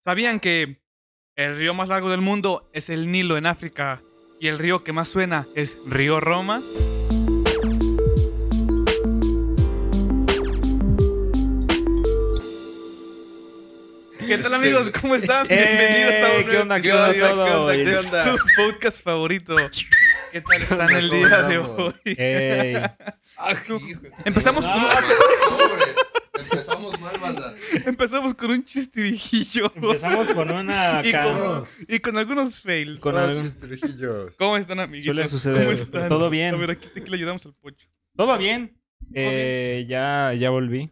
¿Sabían que el río más largo del mundo es el Nilo en África y el río que más suena es Río Roma? ¿Qué tal amigos? ¿Cómo están? Bienvenidos a ¡Ey! un Este, eh, ¿Qué nuevo onda? ¿Qué episodio onda de todo? ¿Qué ¿Qué onda? onda? Tu podcast favorito. ¿Qué tal están el ¿Cómo día de andamos? Eh, hoy? ¡Ey! Empezamos con, Ah, pobres. Empezamos mal, banda. empezamos con un chistirijillo Empezamos con una... y, ca- con, y con algunos fails. con Ah, algo- chistrijillos. ¿Cómo están, amiguitos? Suele suceder. Pues, ¿Cómo están? Todo bien. A ver, aquí, aquí le ayudamos al pocho. ¿Todo bien? Eh, ya, ya volví.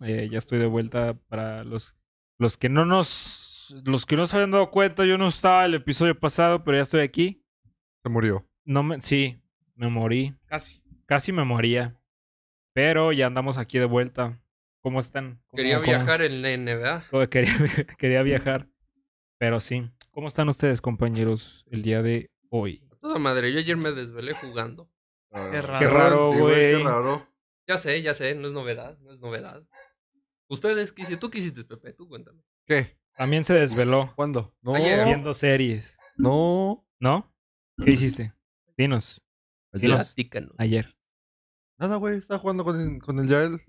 Eh, ya estoy de vuelta para los, los que no nos... Los que no se habían dado cuenta, yo no estaba el episodio pasado, pero ya estoy aquí. Se murió. No me... Sí, me morí. Casi. Casi me moría. Pero ya andamos aquí de vuelta. ¿Cómo están? ¿Cómo- Quería cómo- viajar el nene, ¿verdad? Oh, Quería, quería viajar. Pero sí. ¿Cómo están ustedes, compañeros, el día de hoy? Toda madre, yo ayer me desvelé jugando. Ah, Qué raro. Qué raro, antiguo, Qué güey. raro. Ya sé, ya sé, no es novedad, no es novedad. ¿Ustedes qué hiciste? ¿Tú qué hiciste, Pepe? Tú cuéntame. ¿Qué? También se desveló ¿Cuándo? No. Ayer. viendo series, No. ¿no? ¿Qué hiciste? Dinos, Ayer. Dinos. Platícanos. ayer. Nada, güey. Estaba jugando con el, con el Yael.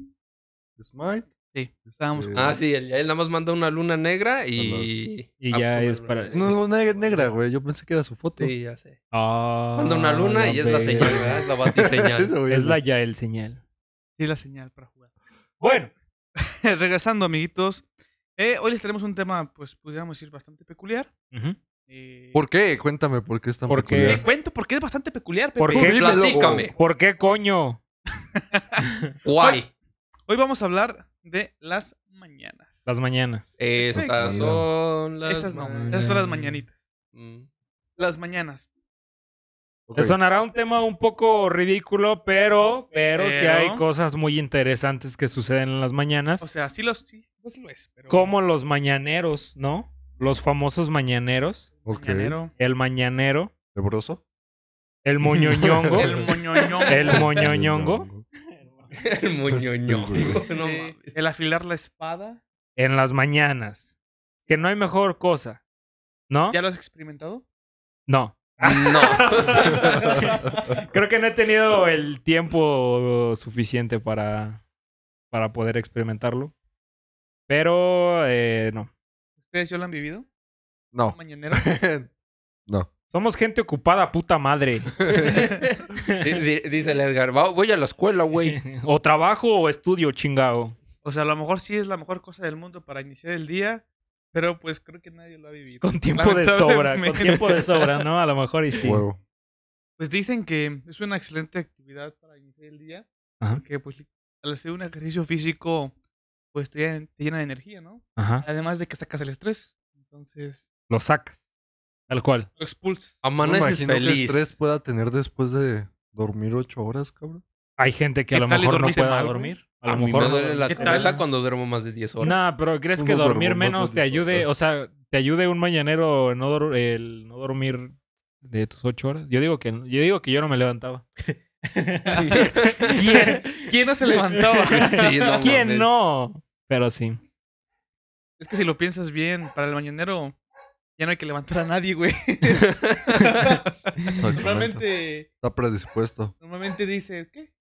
Smite. Sí, estábamos Eh, con- Ah, sí, él, él nada más manda una luna negra y. Y Ah, ya pues, es una para- luna Una negra. luna neg- negra, güey. Yo pensé que era su foto. Sí, ya sé. Ah, Manda una luna y es la verga. señal, ¿verdad? Es la batiseñal. Eso, güey. Es la ya el señal. Sí, la señal para jugar. Bueno. Regresando, amiguitos. eh, hoy les traemos un tema, pues pudiéramos decir, bastante peculiar. Eh, ¿Por qué? Cuéntame por qué es tan ¿Por qué? Te peculiar. cuento porque es bastante peculiar, Pepe. ¿Por Tú qué? dímelo, güey. Platícame. ¿Por qué coño? Guay. Hoy vamos a hablar de las mañanas. Eh, Las mañanas. Estas Sí. son las. Esas no, ma- esas son las mañanitas. Mm. Las mañanas. Ok. Te Eh, Sonará un tema un poco ridículo, pero, pero, sí Pero- hay cosas muy interesantes que suceden en las mañanas. O sea, sí los... Sí, pues lo es, pero... como los mañaneros, ¿no? Los famosos mañaneros, Ok. Mañanero. el mañanero, ¿Leproso? el moñoñongo, El moñoñón. el moñoñongo, El muñoño. No Eh, mames. el afilar la espada. en las mañanas. Que no hay mejor cosa, ¿no? ¿Ya lo has experimentado? No. No. Creo que no he tenido el tiempo suficiente para, para poder experimentarlo. Pero, eh, no. ¿Ustedes ya lo han vivido? No. Mañanero. no. Somos gente ocupada, puta madre. Di- di- Dice el Edgar, "Va- voy a la escuela, güey. o trabajo o estudio, chingado. O sea, a lo mejor sí es la mejor cosa del mundo para iniciar el día, pero pues creo que nadie lo ha vivido. Con tiempo de sobra, con Lamentablemente. tiempo de sobra, ¿no? A lo mejor y sí. Huevo. Pues dicen que es una excelente actividad para iniciar el día, Ajá. porque pues al hacer un ejercicio físico, pues te llena, te llena de energía, ¿no? Ajá. Además de que sacas el estrés, entonces Lo sacas. Tal cual. lo expulsas. No me Amaneces imagino qué feliz. estrés pueda tener después de dormir ocho horas, cabrón. Hay gente ¿Qué que a lo tal y mejor no dormiste pueda mal, güey? dormir. A, lo mí mejor. me no duele la ¿Qué tal? cabeza cuando duermo más de 10 horas. Nah, pero ¿crees que No duermo dormir más de menos te 10 ayude? horas. O sea, ¿te ayude un mañanero no dor- el no dormir de tus ocho horas? Yo digo que no. yo digo que yo no me levantaba. ¿Quién, quién no se levantaba? Sí, no ¿Quién mames. no? Pero sí. Es que si lo piensas bien, para el mañanero ya no hay que levantar a nadie, güey. Normalmente, Está predispuesto. normalmente dice, ¿qué?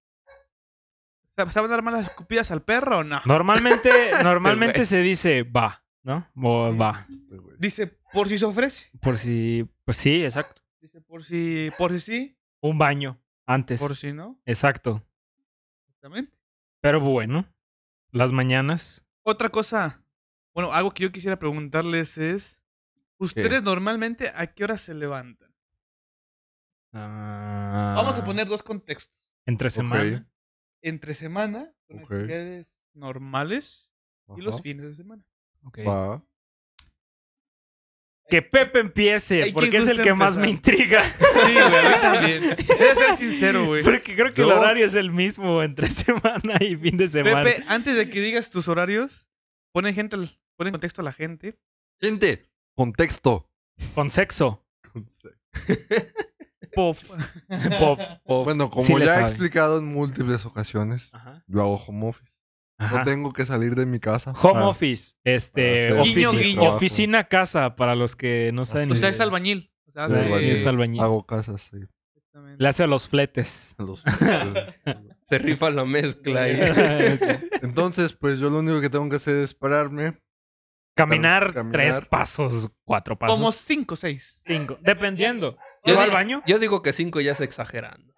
¿Se se van a dar malas escupidas al perro o no? Normalmente, normalmente se dice va, ¿no? O Mm. va. Este, güey. Dice, por si se ofrece. Por si. Pues sí, exacto. Dice, por si, por si sí, Un baño antes. por si no. Exacto. Exactamente. Pero bueno, las mañanas. Otra cosa, bueno, algo que yo quisiera preguntarles es, ¿ustedes normalmente a qué hora se levantan? ah, Vamos a poner dos contextos. Entre semana. Entre semana, con Ok. actividades normales, y los Ajá. fines de semana. Ok. Va. Que Pepe empiece, Ay, porque ¿quién es el gusta que más me intriga. Sí, güey, a mí también. Debes ser sincero, güey. Porque creo que el Yo- horario es el mismo entre semana y fin de semana. Pepe, antes de que digas tus horarios, pone gente, al- pone en contexto a la gente. Gente. Contexto. Con sexo. Pof. Pof. Bueno, como Sí le ya he sabe. explicado en múltiples ocasiones, yo hago home office. Ajá. No tengo que salir de mi casa. Home Ah, office. Este, Para hacer ofici- Guiño, guiño. oficina casa para los que no saben. O Así sea, inglés. es albañil. O sea, es hace- albañil. Es albañil. Hago casas, sí. Exactamente. Le hace a los fletes. Los- Se rifa la mezcla ahí. Entonces, pues yo lo único que tengo que hacer es pararme. Caminar, Caminar. tres pasos, cuatro pasos. Como 5 o 6. cinco. Dependiendo. Yo ¿Se va di- al baño? Yo digo que cinco ya es exagerando.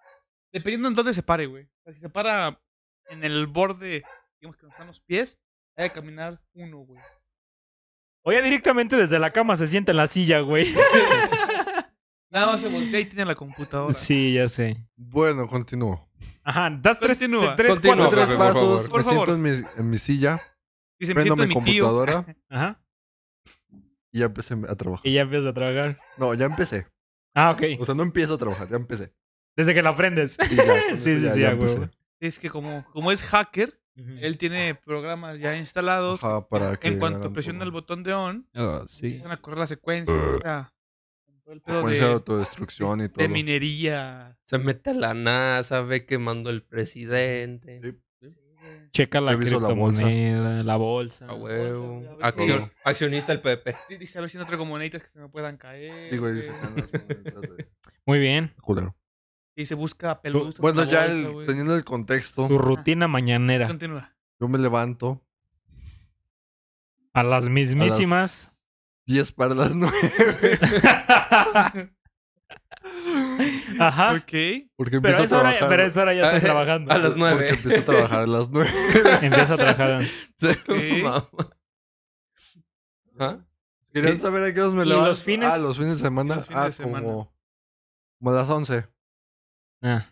Dependiendo en dónde se pare, güey. O sea, si se para en el borde, digamos que nos están los pies, hay que caminar uno, güey. O ya directamente desde la cama se sienta en la silla, güey. Nada más se voltea y tiene la computadora. Sí, ya sé. Bueno, continúo. Ajá, das tres, Continúa. tres Continúa, Doy cuatro tres Pepe, por favor. Por pasos, me siento en mi, en mi silla, Y se prendo empieza mi mi tío. computadora Ajá. y ya empecé a trabajar. Y ya empiezas a trabajar. No, ya empecé. Ah, ok. O sea, no empiezo a trabajar, ya empecé. Desde que la aprendes. Y ya, con Sí, eso sí, ya- sí, ya a huevo. empecé. Es que como, como es hacker, él tiene programas ya instalados. Ajá, para que en cuanto hagan presiona todo. el botón de on, Ah, sí. van a correr la secuencia. o sea, con todo el pedo Secuencia de de, autodestrucción y todo. de minería. Se mete a la NASA, ve que mandó el presidente. Sí. Checa la Reviso la criptomoneda, la bolsa. A huevo. Bolsa, Accion- Todo. accionista el Pepe. D- Dice a ver si no traigo moneditas que se me puedan caer. Sí, güey, güey. sacan las monedas de- Muy bien. Culero. Y se busca pelusas. en Bueno, la ya bolsa, el- güey. teniendo el contexto, Tu rutina mañanera. Continúa. yo me levanto A las mismísimas. 10 para las 9. Ajá. Ok. Porque Pero empiezo a, a esa hora, trabajar. pero a esa hora ya estás Ah, eh, trabajando. A las porque nueve. empiezo a trabajar a las 9. Empiezas a trabajar. Se mama. ¿Ah? Querían saber a qué horas me ¿Y levanto. los fines? Ah, los fines de semana. Los fines ah, de semana. Como, como a las 11. Ah.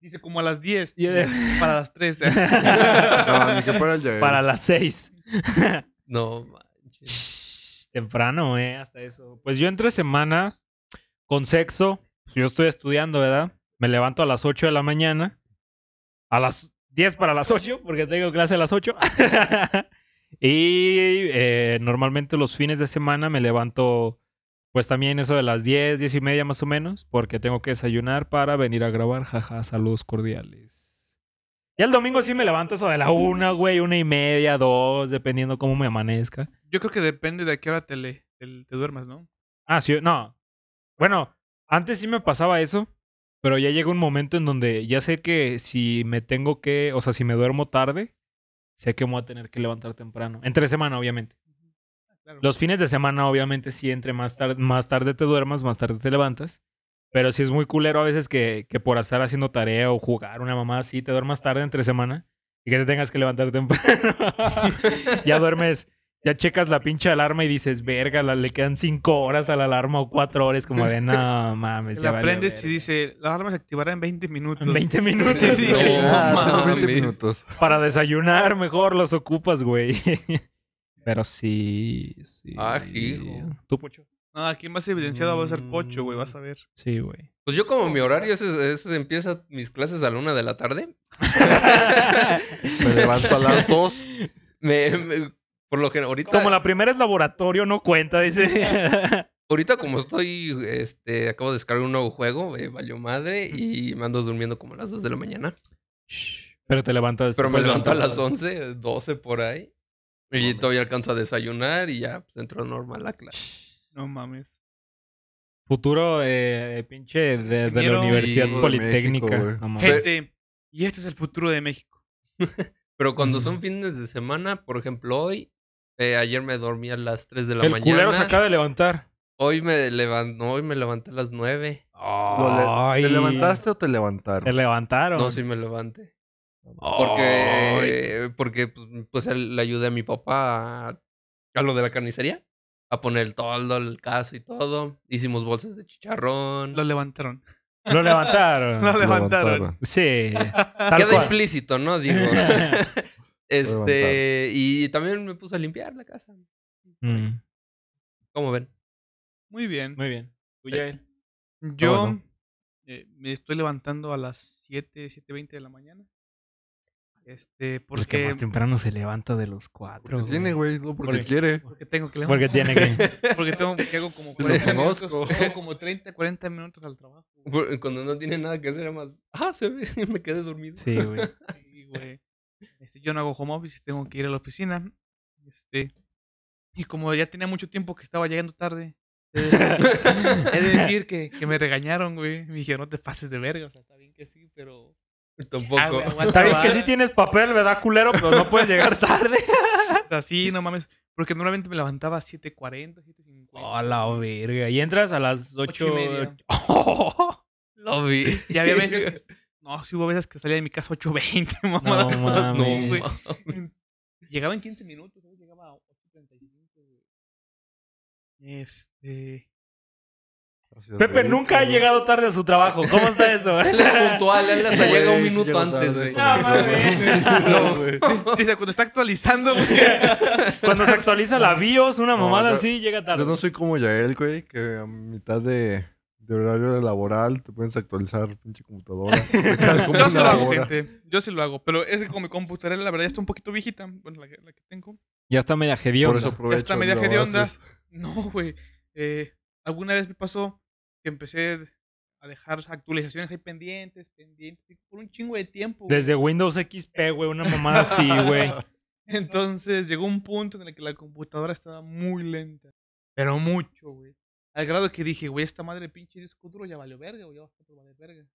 Dice como a las 10. Y de- Para las 3. No, ni que fuera el Yael. Para las seis. No manches. Temprano, eh, hasta eso. Pues yo entre semana, con sexo, yo estoy estudiando, ¿verdad? Me levanto a las 8 de la mañana, a las 10 para las 8, porque tengo clase a las 8. y eh, normalmente los fines de semana me levanto, pues también eso de las 10, 10 y media más o menos, porque tengo que desayunar para venir a grabar. Jaja, saludos cordiales. Y el domingo sí me levanto eso de la una, güey, una y media, dos, dependiendo cómo me amanezca. Yo creo que depende de a qué hora te, le, te, te duermas, ¿no? Ah, sí, no. Bueno, antes sí me pasaba eso, pero ya llega un momento en donde ya sé que si me tengo que, o sea, si me duermo tarde, sé que me voy a tener que levantar temprano. Entre semana, obviamente. Claro. Los fines de semana, obviamente, sí, entre más, tar- más tarde te duermas, más tarde te levantas. Pero sí es muy culero a veces que, que por estar haciendo tarea o jugar una mamá así, te duermas tarde entre semana y que te tengas que levantar temprano. ya duermes, ya checas la pinche alarma y dices, verga, la- le quedan cinco horas a la alarma o cuatro horas, como de, no mames, ya la vale aprendes y verga". dice, la alarma se activará en 20 minutos. En 20 minutos Sí, sí. güey. Ah, no, mames. 20 minutos. para desayunar, mejor los ocupas, güey. Pero sí, sí. Ah, hijo. ¿Tú, Pocho? No, aquí más evidenciado va a ser Pocho, güey, vas a ver. Sí, güey. Pues yo como mi horario es, es- empieza mis clases a la una de la tarde. Me levanto a las 2. Me, me- por lo general, ahorita, Como la primera es laboratorio, no cuenta, dice. ahorita como estoy, este, acabo de descargar un nuevo juego, eh, valió madre, y me ando durmiendo como a las 2 de la mañana. Pero te levantas. Pero Pues te me puedes levanto a levantar. las 11, 12 por ahí. Y todavía alcanzo a desayunar y ya pues, entro normal a clase. No mames. Futuro eh, pinche de, de la Ingeniero Universidad y- Politécnica. de México, No mames. Gente, y este es el futuro de México. Pero cuando Ujú. son fines de semana, por ejemplo, hoy, eh, ayer me dormí a las 3 de la el culero mañana. se acaba de levantar. Hoy me levan- no, hoy me levanté a las 9. Ay. ¿Te levantaste o te Te levantaron? levantaron. No, sí me levanté. Porque, porque pues, pues, él- le ayudé a mi papá a, a lo de la carnicería. A poner el toldo, el caso y todo. Hicimos bolsas de chicharrón. Lo levantaron. Ay. Lo levantaron. Lo levantaron. Sí. Tal Queda cual. implícito, ¿no? Digo. este. Y también me puse a limpiar la casa. Mm, ¿Cómo ven? Muy bien. Muy bien. Tú, Pues Sí. Yael. Yo bueno. eh, me estoy levantando a las 7, 7.20 de la mañana. Este, El que porque, más temprano se levanta de los cuatro. Porque tiene, güey, no porque Porque- quiere. porque tengo que Porque levantar. tiene que. Porque tengo que hago como Te lo 40 minutos, conozco. hago como 30, 40 minutos al trabajo. Cuando no tiene nada que hacer, además. Ah, se ve, me quedé dormido. Sí, güey. Sí, güey. Este, yo no hago home office, tengo que ir a la oficina. Este, y como ya tenía mucho tiempo que estaba llegando tarde, es decir, que, que me regañaron, güey. Me dijeron, no te pases de verga. O sea, está bien que sí, pero. Ah, güey, Tampoco. aguanta Está bien que vara. sí tienes papel, ¿verdad, culero? Pero no puedes llegar tarde. O sea, sí, no mames. Porque normalmente me levantaba a 7.40, 7.50. Oh, la verga. Y entras a las Ocho ocho... y media. Lo vi. Y había veces que. No, sí hubo veces que salía de mi casa 8.20, mamá. No No, mames. güey. Llegaba en 15 minutos, ¿sabes? Llegaba a 8.35, güey. Este. Pepe nunca ha llegado tarde a su trabajo. ¿Cómo está eso? eh? Él es puntual, él hasta llega un Güey, sí minuto llego antes, tarde, güey. Ah, No, mames. No, güey. Dice, cuando está actualizando, güey. Cuando se actualiza la BIOS, una No, mamada yo- así, llega tarde. Yo no soy como Yael, güey, que a mitad de, de horario de laboral te puedes actualizar pinche computadora. Te quedas como Yo sí lo una hago, hora. gente. Yo sí lo hago. Pero es que con mi computadora, la verdad, ya está un poquito viejita. Bueno, la que, la que tengo. Ya está media Por hedionda. eso aprovecho. está media lo hedionda. haces. No, güey. Eh, alguna vez me pasó que empecé a dejar actualizaciones ahí pendientes, pendientes, y por un chingo de tiempo. güey. Desde Windows XP, güey, una mamada así, güey. Entonces llegó un punto en el que la computadora estaba muy lenta. Pero mucho, güey. Al grado que dije, güey, esta madre pinche disco duro ya valió verga, güey, ya va a valer verga.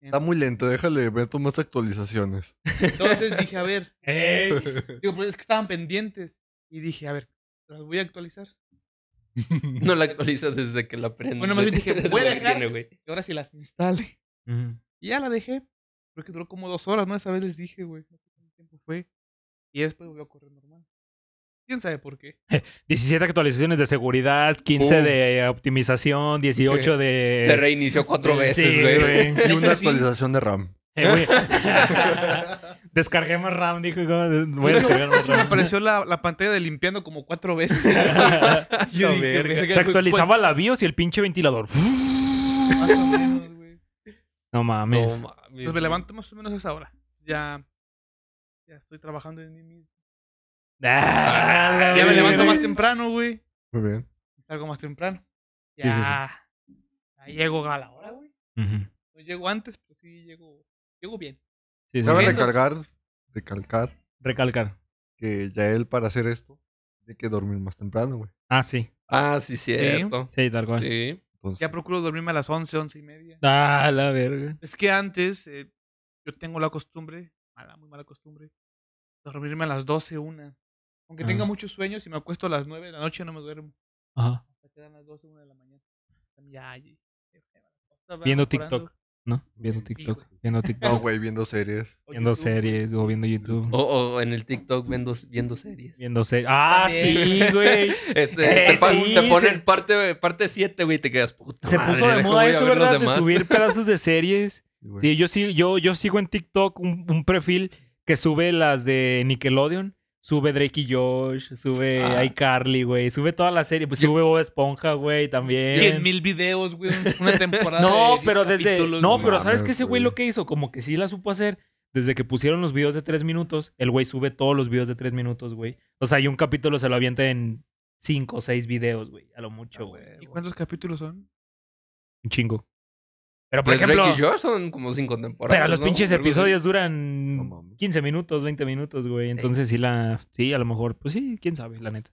Está muy lento, déjale, meto más actualizaciones. Entonces dije, a ver, Ey. digo, pero es que estaban pendientes. Y dije, a ver, las voy a actualizar. No la actualiza desde que la prende. Bueno, más bien dije, Desde voy a que dejar- tiene, güey. Y ahora sí las instale. Ujú. Y ya la dejé. Creo que duró como dos horas, ¿no? Esa vez les dije, güey. No sé cuánto tiempo fue. Y ya después volvió a correr normal. ¿Quién sabe por qué? 17 actualizaciones de seguridad, 15 Uh. de optimización, 18 de... Se reinició cuatro Eh, Sí, veces, güey. Y una Neta, sí. actualización de RAM. Eh, güey. Descargué más RAM, dijo. ¿cómo? Voy a descargar más Me RAM. apareció la, la pantalla de limpiando como cuatro veces. Yo Ah, La dije, verga. "Verga, pues, Se güey, actualizaba la BIOS y el pinche ventilador. ¿cuál- Más o menos, güey. No mames. No mames. Entonces me levanto más o menos a esa hora. Ya. Ya estoy trabajando en mí mismo. Ah, la Ya me verga. levanto más temprano, güey. Muy bien. Salgo más temprano. Sí, sí, sí. Ya. Ya llego a la hora, güey. Ujú. No llego antes, pero sí llego. Llego bien. Sí, sí, Cabe sí. Corriendo. recargar, recalcar Recalcar. que Yael para hacer esto tiene que dormir más temprano, güey. Ah, sí. Ah, sí, cierto. Sí, tal cual. Sí. Entonces, Ya procuro dormirme a las 11, 11 y media. Ah, la verga. Es que antes eh, yo tengo la costumbre, mala, muy mala costumbre, de dormirme a las 12, una. Aunque tenga Ah. muchos sueños, si me acuesto a las 9 de la noche no me duermo. Ajá. Hasta que eran las 12, 1 de la mañana. Ya, ya, ya, ya, va Viendo mejorando. TikTok. ¿No? Viendo Sí, TikTok. güey. Viendo TikTok. No, güey, viendo series. O viendo YouTube. series o viendo YouTube. Oh. O, o en el TikTok viendo, viendo series. Viendo series. Ah, También. sí, güey. Este, Eh, te, pa- sí, te ponen se- parte parte 7, güey, y te quedas puta. Se madre, puso de deja, moda voy a eso, ver los ¿verdad? De demás. subir pedazos de series. Sí, güey. Sí, yo, sí, yo, yo sigo en TikTok un, un perfil que sube las de Nickelodeon. Sube Drake y Josh, sube Ah. iCarly, güey. Sube toda la serie. Pues Yo- sube Bob Esponja, güey, 100 también. mil videos, güey. Una temporada. No, de pero 10 desde. capítulos, No, güey. pero ¿sabes Mames, qué ese güey güey. lo que hizo? Como que sí la supo hacer. Desde que pusieron los videos de tres minutos, el güey sube todos los videos de tres minutos, güey. O sea, y un capítulo se lo avienta en cinco o seis videos, güey. A lo mucho, güey. Ah, ¿Y cuántos capítulos son? Un chingo. Pero por Pues ejemplo. Drake y Josh son como cinco temporadas. Pero los pues ¿no? pinches Algo así. episodios duran No mames. 15 minutos, 20 minutos, güey. Entonces sí la... Sí, a lo mejor... Pues sí, quién sabe, la neta.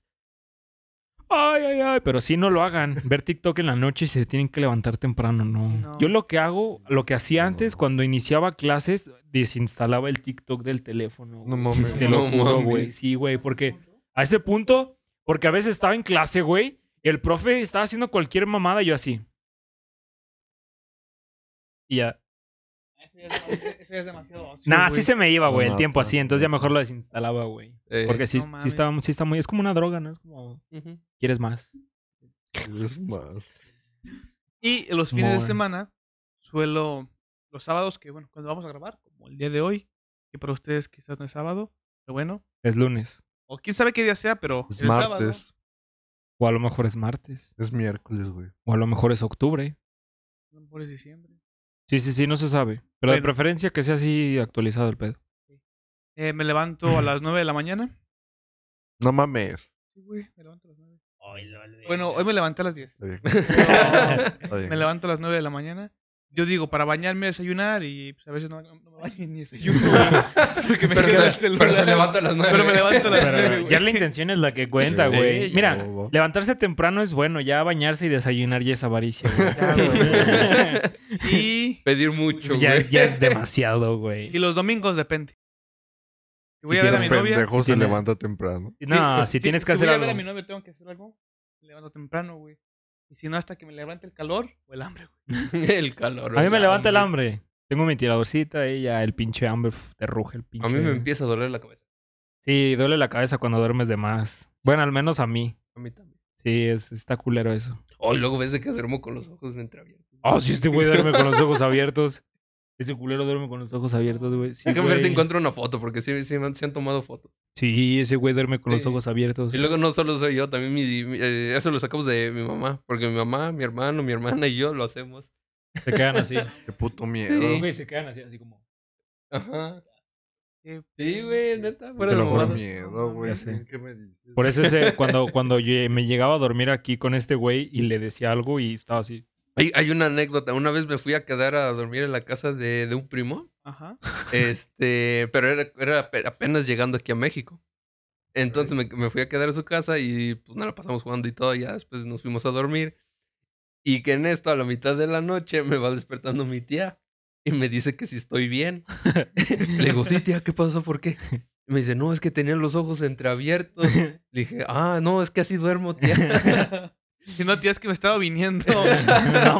Ay, ay, ay. Pero sí, no lo hagan. Ver TikTok en la noche y se tienen que levantar temprano, no. No. Yo lo que hago, lo que hacía No, antes, no. cuando iniciaba clases, desinstalaba el TikTok del teléfono. güey. No mames. Te No lo juro, mames. güey. Sí, güey, porque... A ese punto, porque a veces estaba en clase, güey, y el profe estaba haciendo cualquier mamada y yo así. Y ya... Ah, Eso ya es- Eso ya es demasiado. ocio, Nah, güey. sí se me iba, No, güey, el no, tiempo no, así. no, Entonces no. ya mejor lo desinstalaba, güey. Eh, Porque sí, no sí, mames. está, sí está muy... Es como una droga, ¿no? Es como... ujú. ¿Quieres más? Es más. Y los fines Bueno. de semana suelo, los sábados, que bueno, cuando vamos a grabar, como el día de hoy, que para ustedes quizás no es sábado, pero bueno, Es lunes. o quién sabe qué día sea, pero Es el sábado. martes. O a lo mejor es martes. Es miércoles, güey. O a lo mejor es octubre. a lo mejor es diciembre. Sí, sí, sí, no se sabe. Pero de Bueno. preferencia que sea así actualizado el pedo. Eh, me levanto a Ujú. las 9 de la mañana. No mames. Sí, güey, me levanto a las 9. Bueno, hoy me levanté a las 10. Está bien. pero Está bien. me levanto a las 9 de la mañana. yo digo, para bañarme, desayunar y pues, a veces no, no me baño ni desayuno. güey, porque me Pero queda el se- pero se celular. levanta a las nueve. Pero me levanto a las nueve, Pero güey. ya la intención es la que cuenta, Sí, güey. ya. Mira, Bobo. levantarse temprano es bueno, ya bañarse y desayunar ya es avaricia. güey. Ya, güey. y, Pedir mucho, ya, güey. es, ya es demasiado, güey. y los domingos depende. Si voy Sí, a ver a mi tiene Un novia. pendejo se tiene- levanta temprano. No, si, sí, tienes que si hacer voy algo. a ver a mi novia, tengo que hacer algo. Me levanto temprano, güey. Y si no, hasta que me levante el calor o el hambre, güey. El calor. A mí me el levanta el hambre. Tengo mi tiradorcita y ya el pinche hambre pf, te ruge el pinche. A mí me empieza a doler la cabeza. Sí, duele la cabeza cuando duermes de más. Bueno, al menos a mí. A mí también. Sí, es, está culero eso. Oh, y luego ves de que duermo con los ojos entreabiertos. Oh, sí, este güey duerme con los ojos abiertos. Ese culero duerme con los ojos abiertos, güey. Sí, Hay que ver si güey. encuentro una foto, porque sí, sí me han- se han tomado fotos. Sí, ese güey duerme con los Sí. ojos abiertos. Y luego no solo soy yo, también mi, mi- eh, eso lo sacamos de mi mamá, porque mi mamá, mi hermano, mi hermana y yo lo hacemos. Se quedan así. Qué puto Los miedo. güeyes se quedan así, así como. Ajá. Qué Sí, güey, neta, fuera Te de lo juro, mamada. miedo, güey. Ya sé. ¿Qué me dices? Por eso ese, cuando, cuando yo me llegaba a dormir aquí con este güey y le decía algo y estaba así. Hay, hay una anécdota. Una vez me fui a quedar a dormir en la casa de, de un primo. Ajá. Este, pero era, era ape- apenas llegando aquí a México. Entonces me, me fui a quedar a su casa y pues nada, pasamos jugando y todo. Ya después nos fuimos a dormir. Y que en esto, a la mitad de la noche, me va despertando mi tía y me dice que si estoy bien. Le digo, sí, tía, ¿qué pasó? ¿Por qué? Y me dice, no, es que tenía los ojos entreabiertos. Le dije, ah, no, es que así duermo, tía. Si no, tía, es que me estaba viniendo. No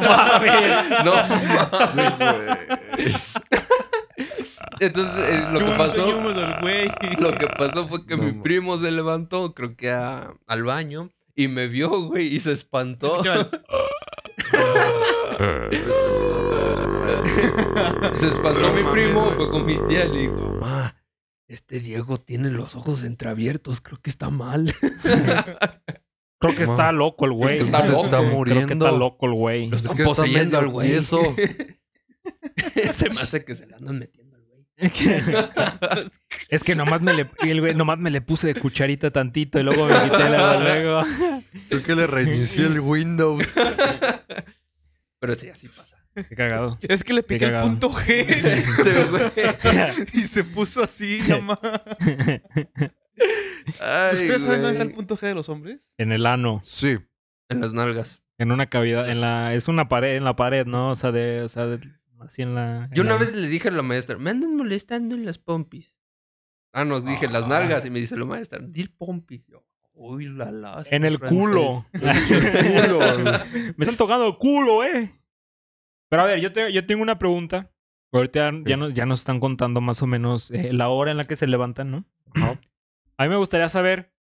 mames. no, ma. Sí, güey. entonces eh, lo que Chungo, pasó. chungo del güey. Lo que pasó fue que No, mi ma- primo se levantó, creo que a- al baño, y me vio, güey, y se espantó. Chaval, se espantó mi primo, fue con mi tía y le dijo, mamá, este Diego tiene los ojos entreabiertos, creo que está mal. Creo que está loco el güey. Está Creo loco. que- Creo que está muriendo. loco el güey. Los- Están que está poseyendo medio al güey. tieso. se me hace que se le andan metiendo al güey. Es que nomás me le, y el güey, nomás me le puse de cucharita tantito y luego me quité la luego. Creo que le reinicié el Windows. Pero sí, así pasa. Qué cagado. Es que le piqué el cagado. punto G Este güey. y se puso así, nomás. Ay, ¿Ustedes saben dónde está el güey. punto G de los hombres? En el ano, Sí. En las nalgas. en una cavidad, en la, es una pared, en la pared, ¿no? O sea, de, o sea, de- así en la. en Yo una la- vez le dije a la maestra, me andan molestando en las pompis. Ah, no, dije las nalgas. Y me dice la maestra, di pompis. Yo, uy, la la. En el francés". culo. Culo. Me están tocando el culo, eh. Pero a ver, yo, te- yo tengo una pregunta. Ahorita ya, nos, ya nos están contando más o menos eh, la hora en la que se levantan, ¿no? A mí me gustaría saber.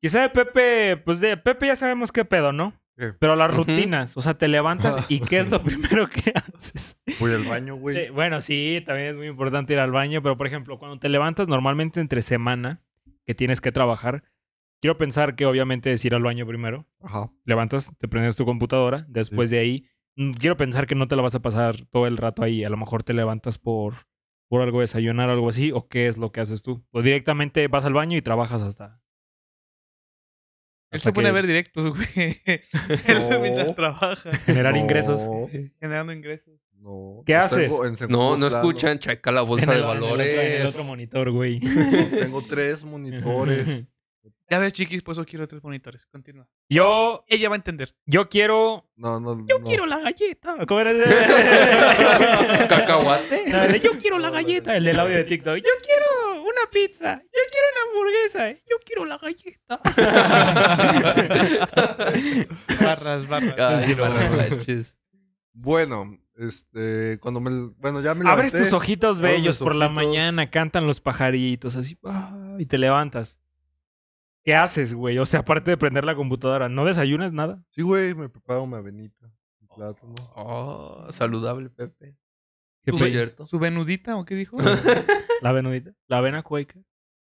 Quizá de Pepe, pues de Pepe ya sabemos qué pedo, ¿no? Sí. Pero las Ujú. rutinas, o sea, te levantas y qué es lo primero que haces. Voy al baño, güey. Eh, bueno, sí, también es muy importante ir al baño, pero por ejemplo, cuando te levantas normalmente entre semana, que tienes que trabajar, quiero pensar que obviamente es ir al baño primero Ajá. levantas, te prendes tu computadora, después de ahí, mm, quiero pensar que no te la vas a pasar todo el rato ahí, a lo mejor te levantas por, por algo de desayunar o algo así, o qué es lo que haces tú. O directamente vas al baño y trabajas hasta... Él hasta se pone que a ver directos, güey. Él No. mientras trabaja, Generar No, ingresos. Oh. generando ingresos. no. ¿Qué Los haces? tengo en segundo No, no plano. escuchan, checa la bolsa En el- de en el otro- en valores. el otro monitor, güey. Tengo tres monitores. Ya ves, chiquis, por eso quiero tres monitores. Continúa. Yo, Ella va a entender. yo quiero... No, no, Yo no. quiero la galleta. ¿Cómo era ese? Cacahuate. No, de, yo quiero la galleta. El del audio de TikTok. Yo quiero una pizza. Yo quiero una hamburguesa. Yo quiero la galleta. Barras, barras. Ay, no no. manches. Bueno, este, cuando me, bueno, ya me levanté. Abres tus ojitos abro mis bellos por la ojitos. mañana. Cantan los pajaritos así. ah, y te levantas. ¿Qué haces, güey? O sea, aparte de prender la computadora, ¿no desayunas nada? Sí, güey, me preparo mi avenita, mi plátano. Oh, saludable, Pepe. ¿Qué ¿Tú pe- cierto? ¿Su venudita o qué dijo? ¿La venudita? ¿La avena cueca?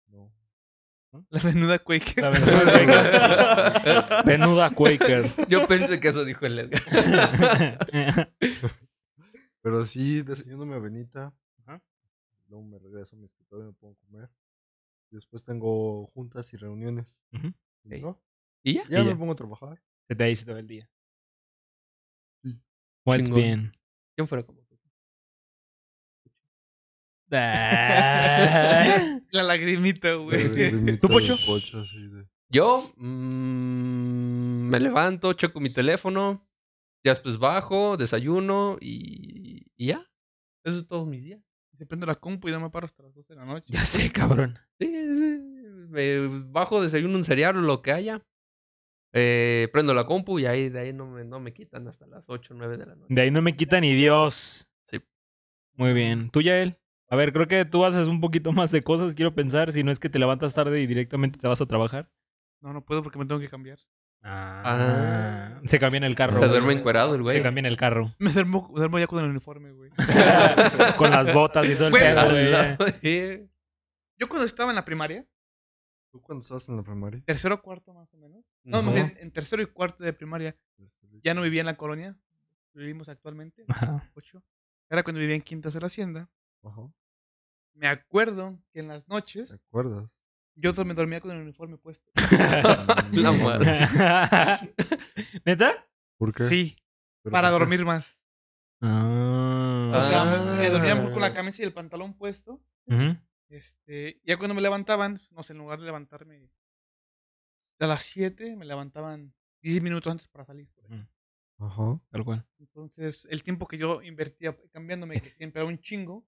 No. La venuda Quaker. La venuda cueca. Venuda Quaker. Yo pensé que eso dijo el Edgar. Pero sí, desayuno mi avenita. Ajá. Luego me regreso a mi escritorio y me pongo a comer. Después tengo juntas y reuniones. Ujú. Y Ey. ¿No? ¿Y ya? Ya Y me ya. pongo a trabajar. Se te dice todo el día. Pues Chingón. bien. ¿Quién fuera como tú? La lagrimita, güey. ¿Tú, Pocho? sí, de- Yo mm, me levanto, checo mi teléfono, ya después bajo, desayuno y, y ya. Eso es todos mis días. Se prendo la compu y no me paro hasta las 12 de la noche. Ya sé, cabrón. Sí, sí, me bajo, desayuno un cereal o lo que haya. Eh, prendo la compu y ahí de ahí no me, no me quitan hasta las 8 o 9 de la noche. De ahí no me quita ni Dios. Sí. Muy bien. ¿Tú, Yael? A ver, creo que tú haces un poquito más de cosas, quiero pensar. Si no es que te levantas tarde y directamente te vas a trabajar. No, no puedo porque me tengo que cambiar. Ah. Se cambia en el carro. Se güey. duerme encuerado el Se güey. cambia en el carro. Me duermo, duermo ya con el uniforme, güey. Con las botas y todo el Güey, pedo, Ah, güey. la- sí. Yo cuando estaba en la primaria, ¿Tú cuando estabas en la primaria? tercero o cuarto más o menos. No, más Ujú. bien, en tercero y cuarto de primaria, este, ya no vivía en la colonia. Vivimos actualmente, Ajá. ocho. Era cuando vivía en Quintas de la Hacienda. Ajá, Me acuerdo que en las noches ¿te acuerdas? yo do- me dormía con el uniforme puesto. La madre. ¿Neta? ¿Por qué? Sí, Pero para ¿por qué? dormir más. Ah. O sea, Ah. me dormía con la camisa y el pantalón puesto. Ujú. Este, ya cuando me levantaban, no sé, en lugar de levantarme a las 7, me levantaban 10 minutos antes para salir. por ahí. Ajá. Tal cual. Entonces, el tiempo que yo invertía cambiándome, que siempre era un chingo,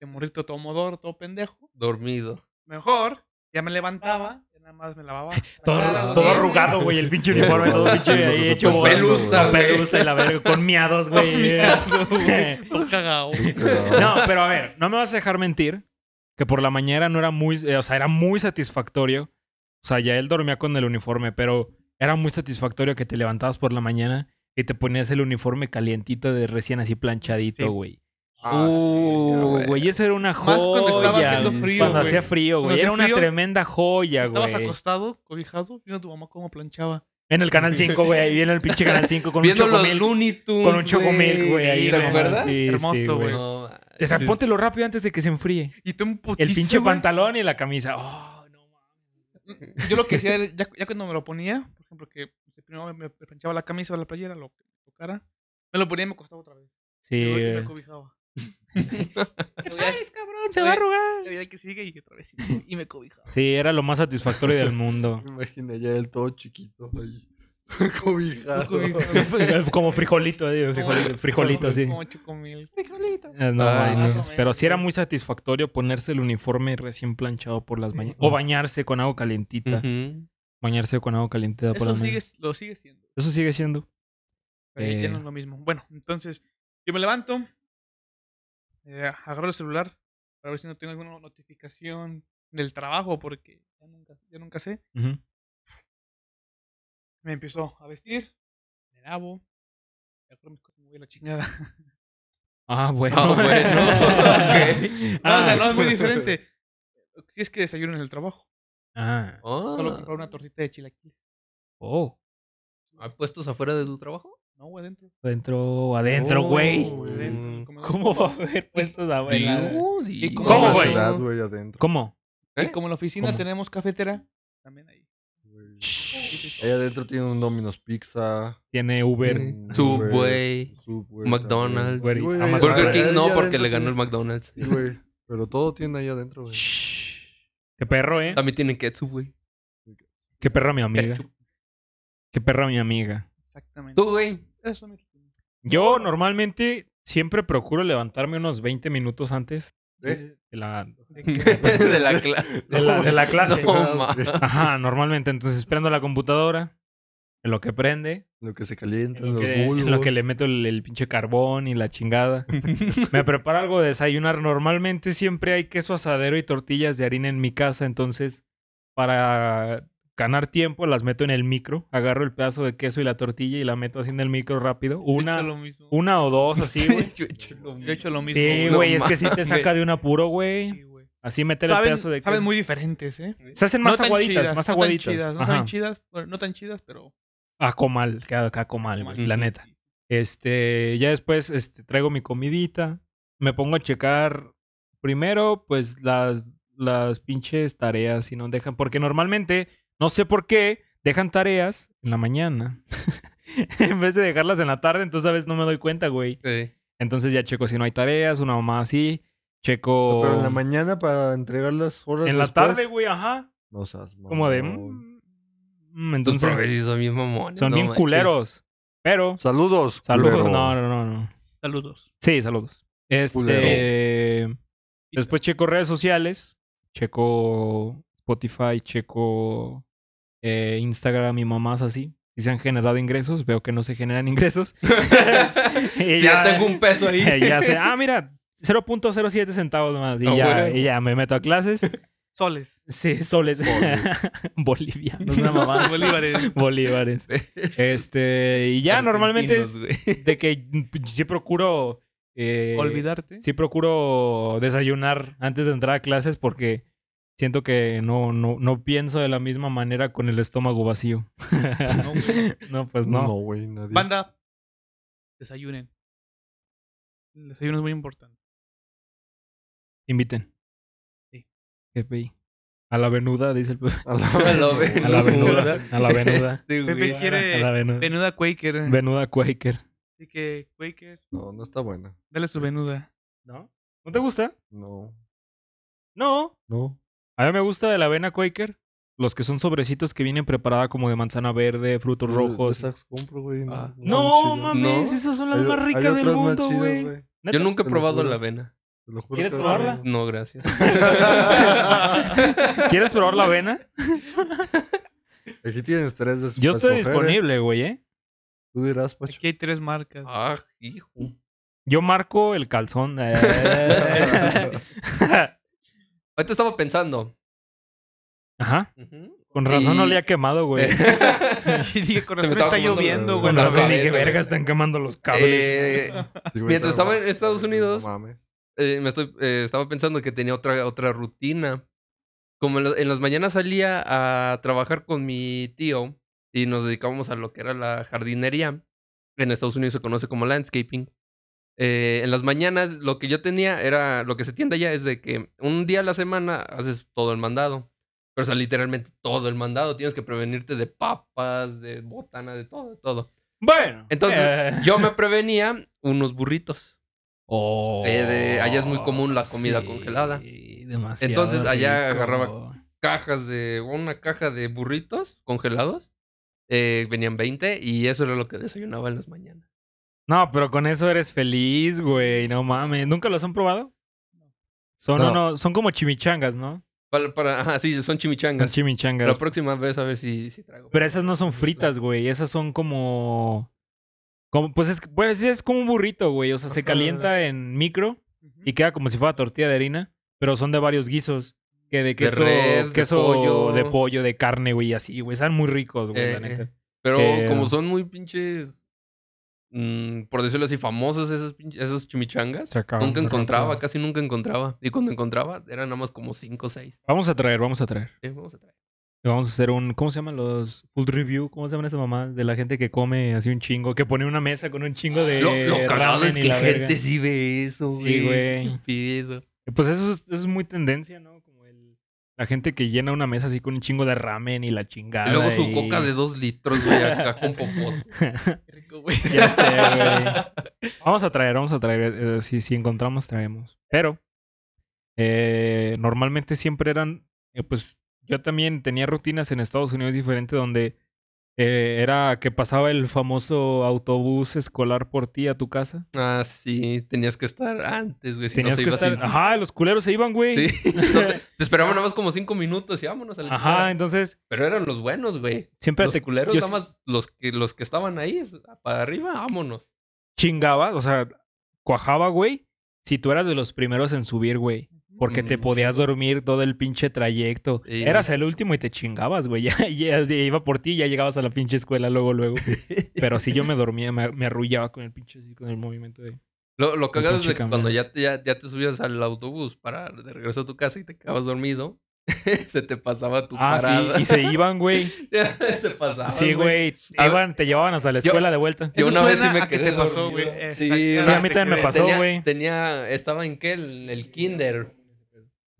de morrito todo modor, todo pendejo, Dormido. mejor, ya me levantaba, ya nada más me lavaba. la cara, Todo, los todo dientes, arrugado, güey. El pinche uniforme, todo pinche ahí hecho Con bola, pelusa, con güey. pelusa y la verga, con miados, todo güey. miado, güey, todo cagao. No, pero a ver, no me vas a dejar mentir que por la mañana no era muy, eh, o sea, era muy satisfactorio. O sea, ya él dormía con el uniforme, pero era muy satisfactorio que te levantabas por la mañana y te ponías el uniforme calientito de recién así Sí. planchadito, güey. Ah, sí, ya, Uh, güey. güey, eso era una joya. Más cuando estaba haciendo ya, frío, Cuando güey. hacía frío, Cuando güey. hacía Era una frío, tremenda joya, Estabas güey. acostado, cobijado, viendo a tu mamá cómo planchaba. En el Canal 5, güey. Ahí viene el pinche Canal 5 con Viendo un los chocomil. Looney Tunes. Con un chocomil, güey. ahí, ¿Te no mames. acuerdas? Sí, sí, Hermoso, güey. No, O sea, sí. póntelo rápido antes de que se enfríe. Y tú un El putiza, pinche güey. pantalón y la camisa. Oh, no mames. Mm, Yo lo que hacía, era, ya, ya cuando me lo ponía, por ejemplo, que pues, primero me, me planchaba la camisa o la playera, lo que me tocara, me lo ponía y me acostaba otra vez. Sí, Y güey. me cobijaba. Ay, cabrón! se va a arrugar. La vida que sigue y otra vez. y me- Y me cobijaba. Sí, era lo más satisfactorio del mundo. Me imaginé ya él todo chiquito ahí. Cobijado. Cobijado. Eh, Como frijolito, digo, frijolito, frijolito, sí. Como chocomil. Frijolito. Eh, No, Ay, mames, más o menos, pero sí era güey. muy satisfactorio ponerse el uniforme recién planchado por las mañanas. O bañarse con agua ah, calientita. Ujú. Bañarse con agua calientita por Eso las sigue, mañanas. lo sigue siendo. Eso sigue siendo. Pero ya no Eh. es lo mismo. Bueno, entonces, yo me levanto, eh, agarro el celular para ver si no tengo alguna notificación del trabajo, porque ya nunca, ya nunca sé. Ujú. me empiezo a vestir, me lavo, ya creo mis cosas, me voy a la chingada. Ah, bueno. Ah, bueno. Ok. No, o sea, Ah, no es muy diferente. Si es que desayuno en el trabajo, ah. Ah. solo comprar una tortita de chilaquiles. Oh. ¿Hay puestos afuera de tu trabajo? No, güey, adentro. Adentro, adentro, Oh. güey. mm, Uy. adentro en el comedor. ¿Cómo va a haber puestos abuela? Digo, ¿Y digo. cómo, En la güey? ciudad, güey, adentro. ¿Cómo? Y como en la oficina ¿Eh? ¿Cómo? tenemos cafetera, también ahí. güey? Ahí adentro tiene un Domino's Pizza. Tiene Uber. un Mm. Subway, Subway McDonald's, también. Uber Sí, Eats, güey, Amazon. ahí- Burger King ahí no, adentro porque le ganó el tiene- McDonald's. Sí, güey. Pero todo tiene ahí adentro, güey. Shh. Qué perro, ¿eh? También tienen ketchup, güey. Qué perra mi amiga. Ketchup. Qué perra mi amiga. Exactamente. Tú, güey. Eso ¿Eh? me Yo normalmente siempre procuro levantarme unos 20 minutos antes ¿Eh? de la, De la clase. de la, de la clase. No, ma. Ajá, normalmente. Entonces prendo la computadora, en lo que prende, Lo que se calienta, en los lo, que, bulbos. en lo que le meto el, el pinche carbón y la chingada. Me preparo algo de desayunar. Normalmente siempre hay queso asadero y tortillas de harina en mi casa. Entonces, para ganar tiempo, las meto en el micro. Agarro el pedazo de queso y la tortilla y la meto así en el micro rápido. Yo he hecho Una, lo mismo. una o dos así, güey. Yo he hecho lo Yo he hecho mismo. lo mismo. Sí, No güey, es que sí te mames. saca de un apuro, Sí, güey. güey. Así meter el Saben, pedazo de queso. saben muy diferentes, ¿eh? Se hacen más tan aguaditas, chidas, más no tan aguaditas. chidas, no Ajá. tan chidas, bueno, no tan chidas, pero... A comal, queda acá comal, güey, Comal. la neta. Este, ya después este, traigo mi comidita. Me pongo a checar primero, pues, las, las pinches tareas y no dejan. Porque normalmente, no sé por qué, dejan tareas en la mañana. en vez de dejarlas en la tarde, entonces a veces no me doy cuenta, güey. Sí. Entonces ya checo si no hay tareas, una mamá así. Checo. Oh. Pero en la mañana para entregar las horas En la después, Oh. tarde, güey, ajá. No seas mamón. Como de. mm, Entonces, mm, entonces. profes sí son bien mamones. son no bien manches. culeros. Pero. Saludos. Saludos. culero. No, no, no, no. Saludos. Sí, saludos. Este. Después checo redes sociales. Checo Spotify, checo eh, Instagram y mamás así. Si se han generado ingresos, veo que no se generan ingresos. Y Si ya tengo un peso ahí. ya sé, ah, mira, 0.07 centavos más. Y, Ah, ya, bueno. y ya me meto a clases. Soles. Sí, soles. Soles. Bolivianos. Una mamá. Bolívares. Bolívares. Este, y ya normalmente es Argentinos, güey. de que mm, sí procuro. eh, Olvidarte. Sí procuro desayunar antes de entrar a clases porque siento que no, no, no pienso de la misma manera con el estómago vacío. No, güey. No, pues no. No, güey, nadie. Banda. Desayunen. El desayuno es muy importante. Inviten. Sí. GPI. A la venuda, dice el pe- A la, A la A la venuda. venuda. A la venuda. Este, güey. Pepe A la quiere venuda. venuda Quaker. Venuda Quaker. Así que, Quaker, No, no está buena. dale su venuda. ¿No? ¿No te gusta? No. No. No. A mí me gusta de la avena Quaker. Los que son sobrecitos que vienen preparada como de manzana verde, frutos Yo- rojos. yo esas Pues, compro, güey. No, Ah. No, mames. mames, No. esas son las Hay- más hay ricas del otras más mundo, chidas, güey. Yo Neta. nunca he Te lo probado juro. la avena. Te lo juro ¿Quieres que- probarla? No, gracias. ¿Quieres probar la avena? Aquí tienes tres de Yo estoy para escoger, ¿eh? disponible, güey, ¿eh? Tú dirás, Pacho. Aquí hay tres marcas. ah, hijo. Yo marco el calzón. eh. Ahorita estaba pensando. Ajá. Ujú. Con razón no Y- le ha quemado, güey. Eh, Y dije, con Se me razón estaba está comiendo lloviendo, la- güey. Ah. Con la no razón mames. dije, cabeza, verga, güey. están quemando los cables. Eh, Digo, mientras entra, estaba en güey, Estados no Unidos- mames. eh, me estoy, eh, estaba pensando que tenía otra, otra rutina. Como en, la- en las mañanas salía a trabajar con mi tío y nos dedicábamos a lo que era la jardinería. En Estados Unidos se conoce como landscaping. Eh, en las mañanas lo que yo tenía era, lo que se tiende allá es de que un día a la semana haces todo el mandado. Pero o sea, literalmente todo el mandado. Tienes que prevenirte de papas, de botana, de todo, de todo. Bueno. Entonces, eh, Yo me prevenía unos burritos. oh, eh, de- allá es muy común la comida congelada. Demasiado. Entonces, allá rico. agarraba- cajas de una caja de burritos congelados. Eh, venían 20 y eso era lo que desayunaba en las mañanas. No, pero con eso eres feliz, güey. No mames. ¿Nunca los han probado? Son, No. uno- son como chimichangas, ¿no? Para, para- ajá, sí, son Son chimichangas. La chimichangas. próxima vez a ver si, si traigo. Pero esas no Pues, son fritas, güey. Esas son como. como pues es, que- pues sí es como un burrito, güey. O sea, se Ajá. calienta en micro Ujú. y queda como si fuera tortilla de harina. Pero son de varios guisos. Que de queso, res, de queso de pollo. pollo, de carne, güey, y así, güey. Están muy ricos, güey, Eh, la neta. Pero Eh, como son muy pinches, mm, por decirlo así, famosas esas, pinches- esas chimichangas, Se acaban nunca de encontraba, romper. casi nunca encontraba. Y cuando encontraba, eran nada más como 5 o 6. Vamos a traer, vamos a traer. vamos a traer. Y Vamos a hacer un. ¿Cómo se llaman los food review? ¿Cómo se llaman esas mamás? De la gente que come así un chingo, que pone una mesa con un chingo Ah, de. lo lo cagado Eh, ramen es y que la verga. gente sí ve eso, Sí, güey. güey. qué pedo. Pues eso es, eso es muy tendencia, ¿no? Como el, la gente que llena una mesa así con un chingo de ramen y la chingada. Y luego su y- coca de 2 litros, güey, acá con popote. Qué rico, güey. ya sé, güey. Vamos a traer, vamos a traer. eh, si, si encontramos, traemos. Pero eh, normalmente siempre eran, eh, pues yo también tenía rutinas en Estados Unidos diferentes donde eh, era que pasaba el famoso autobús escolar por ti a tu casa. Ah, sí, tenías que estar antes, güey. Si Tenías no se que iba estar... sin- Ajá, los culeros se iban, güey. Sí. No, te, te esperaban nada más como cinco minutos y vámonos al Ajá, entonces Pero eran los buenos, güey. siempre Los te culeros, yo nada más los que, los que estaban ahí, para arriba, vámonos. chingaba, o sea, cuajaba, güey, si tú eras de los primeros en subir, güey. Porque te Mm. podías dormir todo el pinche trayecto. Sí. Eras el último y te chingabas, güey. Ya, ya- ya iba por ti y ya llegabas a la pinche escuela luego, luego. Pero si yo me dormía, me, me arrullaba con el pinche, así, con el movimiento de... Lo, lo cagado es pinche de que cuando camión. ya te, ya, ya te subías al autobús para de regreso a tu casa y te quedabas dormido, se te pasaba tu Ah, parada. sí. Y se iban, güey. se pasaba. Sí, güey. A ver. Iban, te llevaban hasta la Yo- escuela de vuelta. Eso Yo una vez sí suena me a que quedé te pasó, dormido. güey. Sí, Exacto. sí, a mí también me Te pasó. tenía, güey. tenía- estaba en qué, en el kinder.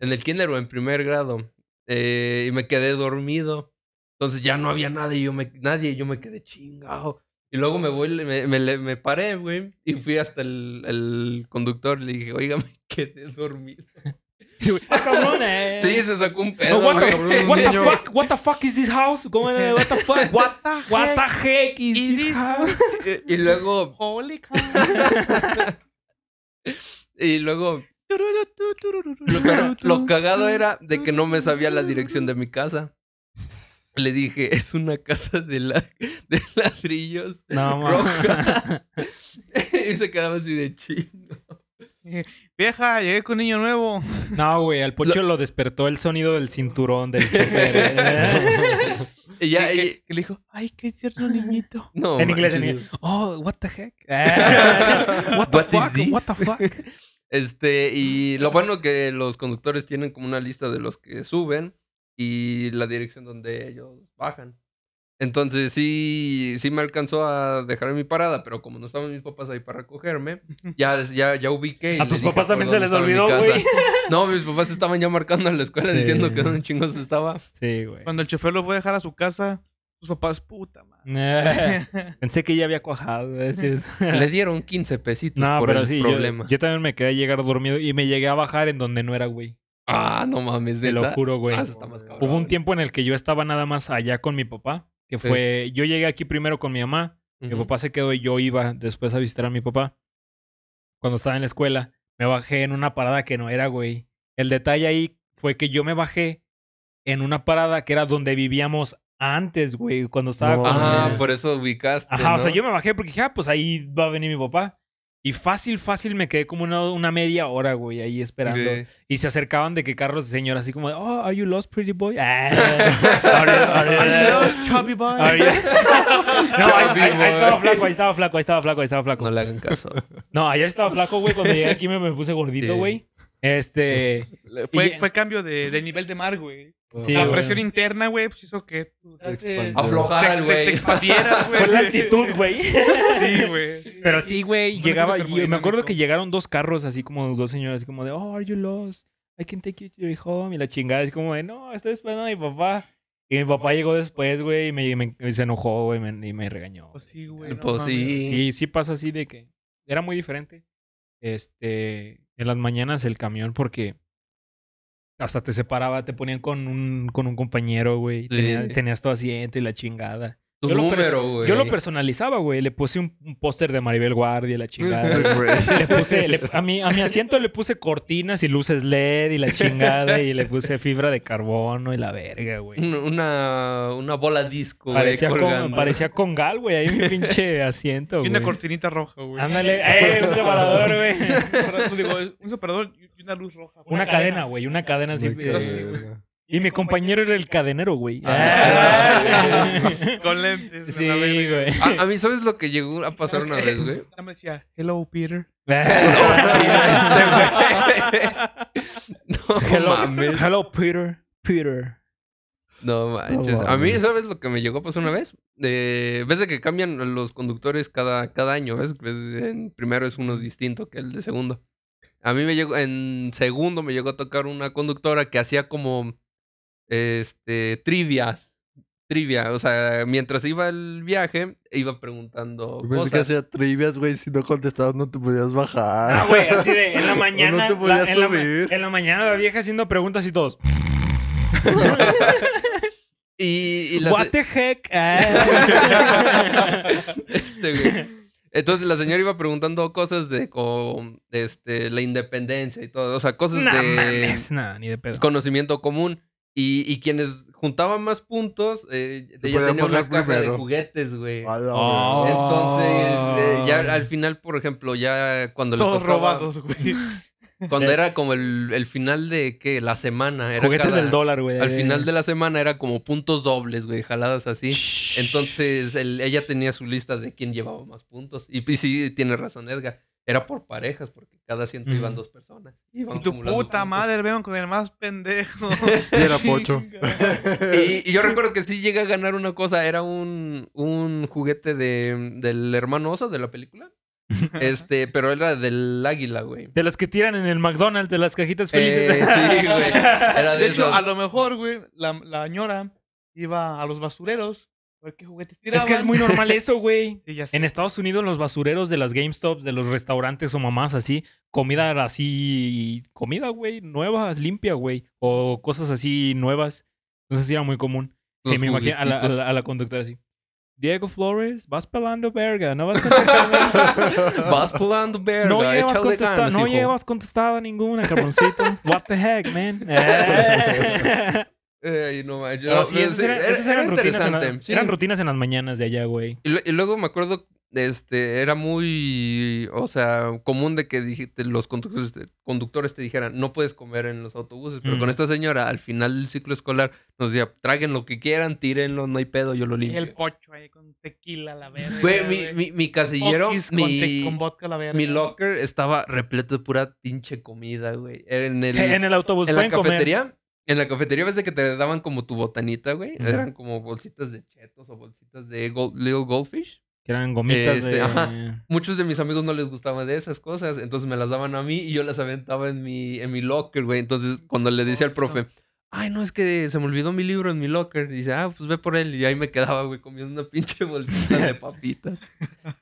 En el kinder o en primer grado. Eh, y me quedé dormido. Entonces ya no había nadie, yo me, nadie, yo me quedé chingado. Y luego me voy, me, me, le- me paré, güey. Y fui hasta el, el conductor y le dije, oiga, me quedé dormido. ¡Ah, cabrón, eh! Sí, se sacó un Oh, pedo, what, güey. the, cabrón, what the niño. fuck? What the fuck is this house? ¿Cómo era? What the fuck? What, what the heck is Is this this house? Y luego, Holy cow. y luego, pero lo cagado era de que no me sabía la dirección de mi casa. Le dije, es una casa de, la, de ladrillos No, roja. y se quedaba así de chingo. Vieja, llegué con niño nuevo. No, güey, al Poncho lo... despertó el sonido del cinturón del chofer. eh. Y ya, Y que, y- que le dijo, ay, qué tierno niñito. no, en inglés, en manches. inglés. Oh, what the heck? Eh, what the What is fuck? this? What the fuck? Este, y lo bueno que los conductores tienen como una lista de los que suben y la dirección donde ellos bajan. Entonces sí, sí me alcanzó a dejar en mi parada, pero como no estaban mis papás ahí para recogerme, ya, ya, ya ubiqué. y ¿A le tus dije papás por también se dónde les estaba mi olvidó, casa. güey? No, mis papás estaban ya marcando en la escuela Sí. diciendo que dónde chingos estaba. Sí, güey. Cuando el chofer lo fue a dejar a su casa, sus papás, puta madre. Eh, Pensé que ya había cuajado. así es. Le dieron 15 pesitos No, por pero el sí, yo, problema. yo también me quedé a llegar dormido y me llegué a bajar en donde no era, güey. Ah, no mames, de Te lo la- juro, güey. Ah, eso está más cabrón. Hubo un tiempo en el que yo estaba nada más allá con mi papá, que Sí. fue, yo llegué aquí primero con mi mamá, mi Ujú. papá se quedó y yo iba después a visitar a mi papá. Cuando estaba en la escuela, me bajé en una parada que no era, güey. El detalle ahí fue que yo me bajé en una parada que era donde vivíamos antes, güey, cuando estaba No. con... Ah, por eso ubicaste. Ajá, o sea, ¿no? yo me bajé porque dije, ah, pues ahí va a venir mi papá. Y fácil, fácil me quedé como una, una media hora, güey, ahí esperando. Sí. Y se acercaban de que Carlos señor así como, de, oh, are you lost, pretty boy? Ah, are you- are you- Adiós, chubby boy. Ah, are you- No, ahí, ahí- ahí estaba flaco, ahí estaba flaco, ahí estaba flaco, ahí estaba No flaco. le hagan caso. No, allá estaba flaco, güey. Cuando llegué aquí me, me puse gordito, Sí. güey. Este. Le- Y Fue, ya- fue cambio de, de nivel de mar, güey. Sí, la güey. presión interna, güey, pues hizo que tú te, Expansión. Aflojar, te- te- güey. te expandieras, güey. Fue la actitud, güey. Sí, güey. Pero sí, güey, Fue un llegaba. efecto y yo- me acuerdo termodinámico. que llegaron dos carros, así como dos señoras, así como de, oh, are you lost? I can take you to your home. Y la chingada, así como de, no, estoy esperando a mi papá. Y mi papá llegó después, güey, y me, me- y se enojó, güey, me- y me regañó. Pues sí, güey. no Pues sí. mames. Sí, sí pasa así de que era muy diferente. Este, en las mañanas el camión porque hasta te separaba, te ponían con un, con un compañero, güey. Sí. Tenía- Tenías todo asiento y la chingada. Tu Yo lo per- número, güey. Yo lo personalizaba, güey. Le puse un, un póster de Maribel Guardia y la chingada. Ay, güey. Le puse, le- a, mi, a mi asiento le puse cortinas y luces LED y la chingada y le puse fibra de carbono y la verga, güey. Un- Una, una bola disco, Mm, güey, Parecía, con, colgando. parecía congal, güey. Ahí mi pinche asiento, Y güey. una cortinita roja, güey. Ándale, ¡eh! Un separador, güey. Un digo, un separador y una luz roja. güey. Una cadena, güey, una cadena así. Me sí, eh, güey. queda. Y mi compañero era el cadenero, güey. Ah. Ah. Con lentes. Sí, a la verga. güey. A, a mí, ¿sabes lo que llegó a pasar una vez, güey? Ya me decía, hello, Peter. Este, No mames. Hello, hello, Peter. Peter. No manches. A mí, ¿sabes lo que me llegó a pasar una vez? Eh, ves de que cambian los conductores cada, cada año, ¿ves? Ves, En primero es uno distinto que el de segundo. A mí me llegó, en segundo me llegó a tocar una conductora que hacía como, este, trivias. Trivia, o sea, mientras iba el viaje, iba preguntando Yo pensé que cosas. hacía trivias, güey. Si no contestabas, no te podías Ah, bajar. güey, así de en la No mañana. te podías la- en, la, ma- subir. en la mañana la vieja haciendo preguntas y todos. Y, y la, What the heck? Ah. Este, güey. Entonces la señora iba preguntando cosas de con, este, la independencia y todo, o sea, cosas no de mames, nada, ni de pedo. conocimiento común. Y, y quienes juntaban más puntos, eh, ella podían tenía una bajar caja de primero. juguetes, güey. A la Oh. verga. Entonces, eh, ya al final, por ejemplo, ya cuando le Todos tocaba- robados, güey. Cuando era como el, el final de ¿qué? la semana. Era Eh. Juguetes cada- del dólar, güey. Al final de la semana era como puntos dobles, güey, jaladas así. Entonces, el- ella tenía su lista de quién llevaba más puntos. Y, y sí, tiene razón Edgar. Era por parejas, porque cada asiento Ujú. iban dos personas. Iban Y tu puta acumulando puntos. madre, vean con el más pendejo. Y era pocho. Y, y yo recuerdo que sí llegué a ganar una cosa. Era un, un juguete de, del hermano oso de la película. Este, pero era del águila, güey. De las que tiran en el McDonald's, de las cajitas felices. Eh, sí, güey. Era de, De hecho, esas. a lo mejor, güey, la, la ñora iba a los basureros A ver qué juguetes tiraban. Es que es muy normal eso, güey. Sí, ya sé. En Estados Unidos, los basureros de las GameStops, de los restaurantes o mamás así, comida así, comida, güey, nuevas, limpia, güey, o cosas así nuevas. Entonces sí era muy común. Los Y me imagino a la, a juguetitos. la- a la conductora así. Diego Flores, vas pelando verga, no vas contestando. Vas pelando verga. no llevas échale contestada, ganas, no hijo. llevas contestada ninguna, cabroncito. What the heck, man. Eh. Ey, no manches. Pero No, Oh, sí, pero esas sí, eran, pues, era- esas era eran rutinas en la- interesante, sí. eran rutinas en las mañanas de allá, güey. Y, lu- y luego me acuerdo, este, era muy, o sea, común de que dije- te- los conductores te, conductores te dijeran, no puedes comer en los autobuses, pero Mm. con esta señora, al final del ciclo escolar, nos decía, traguen lo que quieran, tírenlo, no hay pedo, yo lo Y limpio. el pocho ahí con tequila, la verga. Güey, mi, mi, mi casillero, Okis con, te- mi, con vodka, la verga. mi locker estaba repleto de pura pinche comida, güey. Era En el, en el autobús en la pueden comer. cafetería, en la cafetería ves de que te daban como tu botanita, güey. Ujú. Eran como bolsitas de chetos o bolsitas de gol- Little Goldfish. Que eran gomitas Este, de... ajá. muchos de mis amigos no les gustaban de esas cosas, entonces me las daban a mí y yo las aventaba en mi, en mi locker, güey. Entonces, cuando le decía al profe, ay, no, es que se me olvidó mi libro en mi locker, dice, ah, pues ve por él. Y ahí me quedaba, güey, comiendo una pinche bolsita de papitas.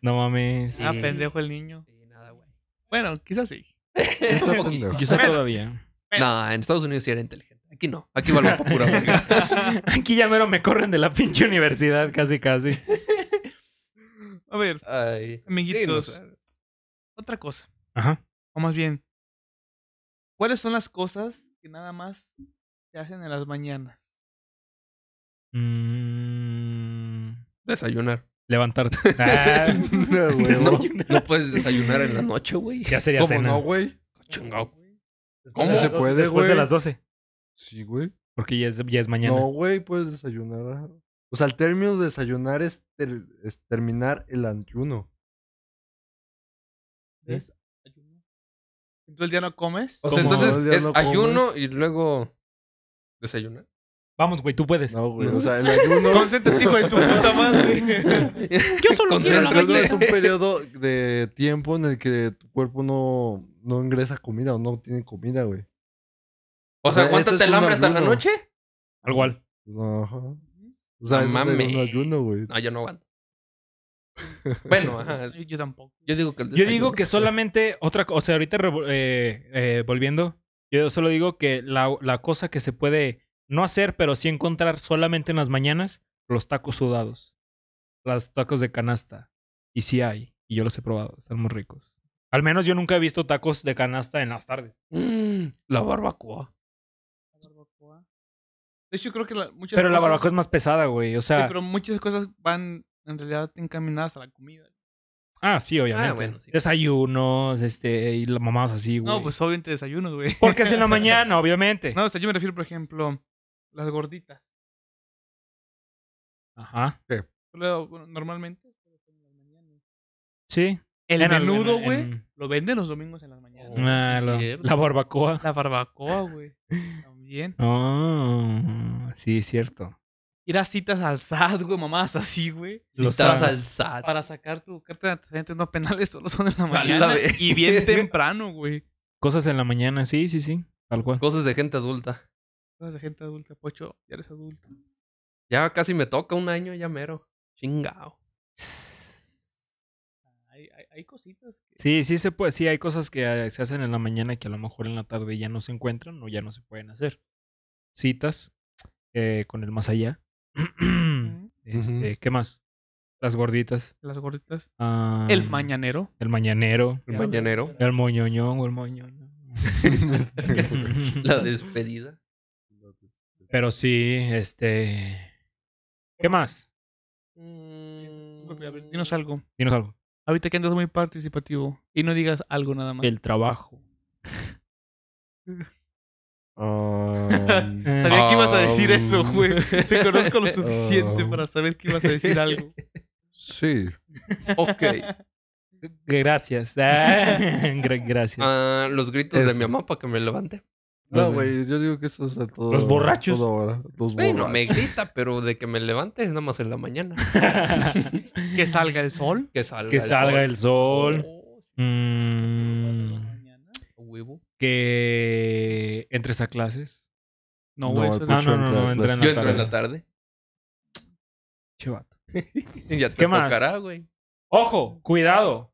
No mames. Ah, Sí. pendejo el niño. Y nada, güey. Bueno, quizás sí. Está poquito. pendejo. Quizá Bueno. todavía. No, en Estados Unidos sí era inteligente. Aquí no, aquí valgo pa' pura verga. Aquí ya mero me corren de la pinche universidad, casi, casi. A ver, Ay. Amiguitos. Sí, no sé. otra cosa. Ajá. O más bien, ¿cuáles son las cosas que nada más se hacen en las mañanas? Mm, Desayunar. levantarte. Ah, De huevo. desayunar. No puedes desayunar en la noche, güey. Ya sería ¿Cómo cena. no, güey? Chingao. ¿Cómo? Después de se las puede, 12, Después de güey? las 12. Sí, güey. Porque ya es, ya es mañana. No, güey, puedes desayunar. O sea, el término de desayunar es, ter- es terminar el ayuno. ¿Ves? ¿Tú el día no comes? O sea, Como entonces el día es no come. ayuno y luego desayunar. Vamos, güey, tú puedes. No, güey. O sea, el ayuno. Concéntrate, hijo de tu puta madre. Yo solo quiero la El ayuno Concéntrate. es un periodo de tiempo en el que tu cuerpo no, no ingresa comida o no tiene comida, güey. O sea, O sea, ese ¿cuántate es el un hambre hasta la ayuno. noche? Al cual. No, ajá. O sea, No eso sería mames. un ayuno, güey. No, yo no aguanto. Bueno, ajá. Yo- Yo tampoco. Yo digo que el Yo desayuno. digo que solamente otra cosa, o sea, ahorita revo- eh, eh, volviendo, yo solo digo que la, la cosa que se puede no hacer, pero sí encontrar solamente en las mañanas, los tacos sudados. Los tacos de canasta. Y sí hay, y yo los he probado, están muy ricos. Al menos yo nunca he visto tacos de canasta en las tardes. Mm, la barbacoa. La barbacoa. De hecho, creo que la- muchas Pero la cosas- barbacoa es más pesada, güey. O sí, sea, pero muchas cosas van en realidad encaminadas a la comida. ah, sí, obviamente. Ah, bueno, sí. Desayunos, este, y las mamás así, güey. No, pues obviamente desayunos, güey. Porque es en la mañana, obviamente. No, o sea, yo me refiero, por ejemplo, las gorditas. Ajá. Solo, bueno, normalmente. solo son en las mañanas. Sí. El En algún- menudo, en- güey, en- lo venden los domingos en las mañanas. Oh. Ah, sí, lo- cierto. la barbacoa. La barbacoa, güey. También. Ah, sí, cierto. Ir a citas al SAT, güey, mamás así, güey. Los Estás tacos. al SAT. Para sacar tu carta de antecedentes no penales solo son en la A la mañana. vez. Y bien temprano, güey. Cosas en la mañana, sí, sí, sí. Tal cual. Cosas de gente adulta. Cosas de gente adulta, pocho, ya eres adulto. Ya casi me toca un año, ya mero. Chingao. Ah, Hay, hay, hay cositas que... Sí, sí se puede. Sí, hay cosas que eh, se hacen en la mañana que a lo mejor en la tarde ya no se encuentran o ya no se pueden hacer. Citas eh, con el más allá. Ujú. este, ¿Qué más? Las gorditas. Mm. Las gorditas. Ah, El mañanero. El mañanero. El mañanero. El moñoñón o el moñoñón. La despedida. Pero sí, este. ¿Qué más? Mm. A ver, Dinos algo. Dinos algo. Ahorita que andas muy participativo. Y no digas algo nada más. El trabajo. Um, Sabía que ibas a decir Oh. Ah, eso, mm. güey. Te conozco lo suficiente Ah. para saber que ibas a decir algo. sí. Ok. Gracias. Ah, gra- Gracias. Ah, los gritos de Eso. mi mamá para que me levante. Los- No, güey, yo digo que eso es a todo. Los borrachos. todo ahora. Los Bueno, me borrachos. grita, pero de que me levante es nada más en la mañana. Que salga el sol. Que salga que el salga sol. el sol. Oh, Mm, huevo. que entres a clases. No, güey. No, eso el es- No, pues, Mucho no, no, no, entrar entra a en la clases. Yo entro en tarde. la tarde. Che, vato. Ya te ¿Qué más? tocará, güey. ¡Ojo! ¡Cuidado!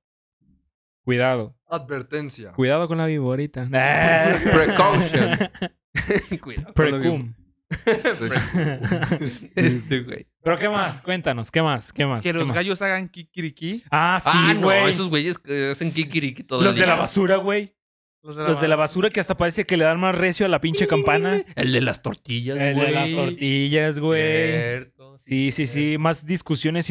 Cuidado. Advertencia. Cuidado con la viborita. Precaution. Cuidado. con lo que- Precum. Este, güey. Pero ¿qué más? Cuéntanos, ¿qué más? ¿Qué más? Que ¿Qué los más? gallos hagan kikiriki. Ah, sí, ah, no, güey. esos güeyes que hacen kikiriki todo el los de día. la basura, güey. Los Los de la basura que hasta parece que le dan más recio a la pinche campana. El de las tortillas, güey. El de las tortillas, güey. Cierto, Sí, sí, sí. Más discusiones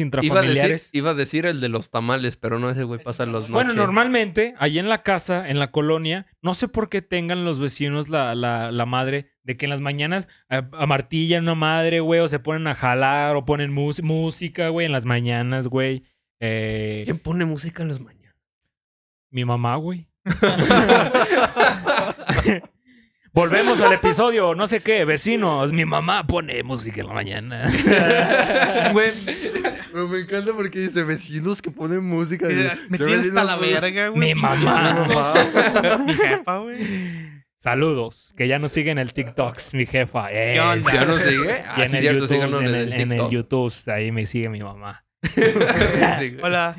Iba a, decir, intrafamiliares. iba a decir el de los tamales, pero no ese güey pasa los noches. Bueno, normalmente, allí en la casa, en la colonia, no sé por qué tengan los vecinos la, la, la madre de que en las mañanas a- amartillan una madre, güey, o se ponen a jalar o ponen mus- música, güey, en las mañanas, güey. Eh, ¿Quién pone música en las mañanas? mi mamá, güey. Volvemos al episodio, no sé qué, vecinos. Mi mamá pone música en la mañana. Güey, Pero me encanta porque dice vecinos que ponen música. que Yo me tiene hasta vecinos la ponen- verga, güey. Mi mamá. Mamá. Mi jefa, güey. Saludos, que ya nos siguen el TikToks, mi jefa. Eh, ¿Qué onda? ¿Ya no sigue? Y Ah, en sí, el, cierto, YouTube, síganos en, en el, el en el TikTok. YouTube, ahí me sigue mi mamá. Sí, güey. Hola.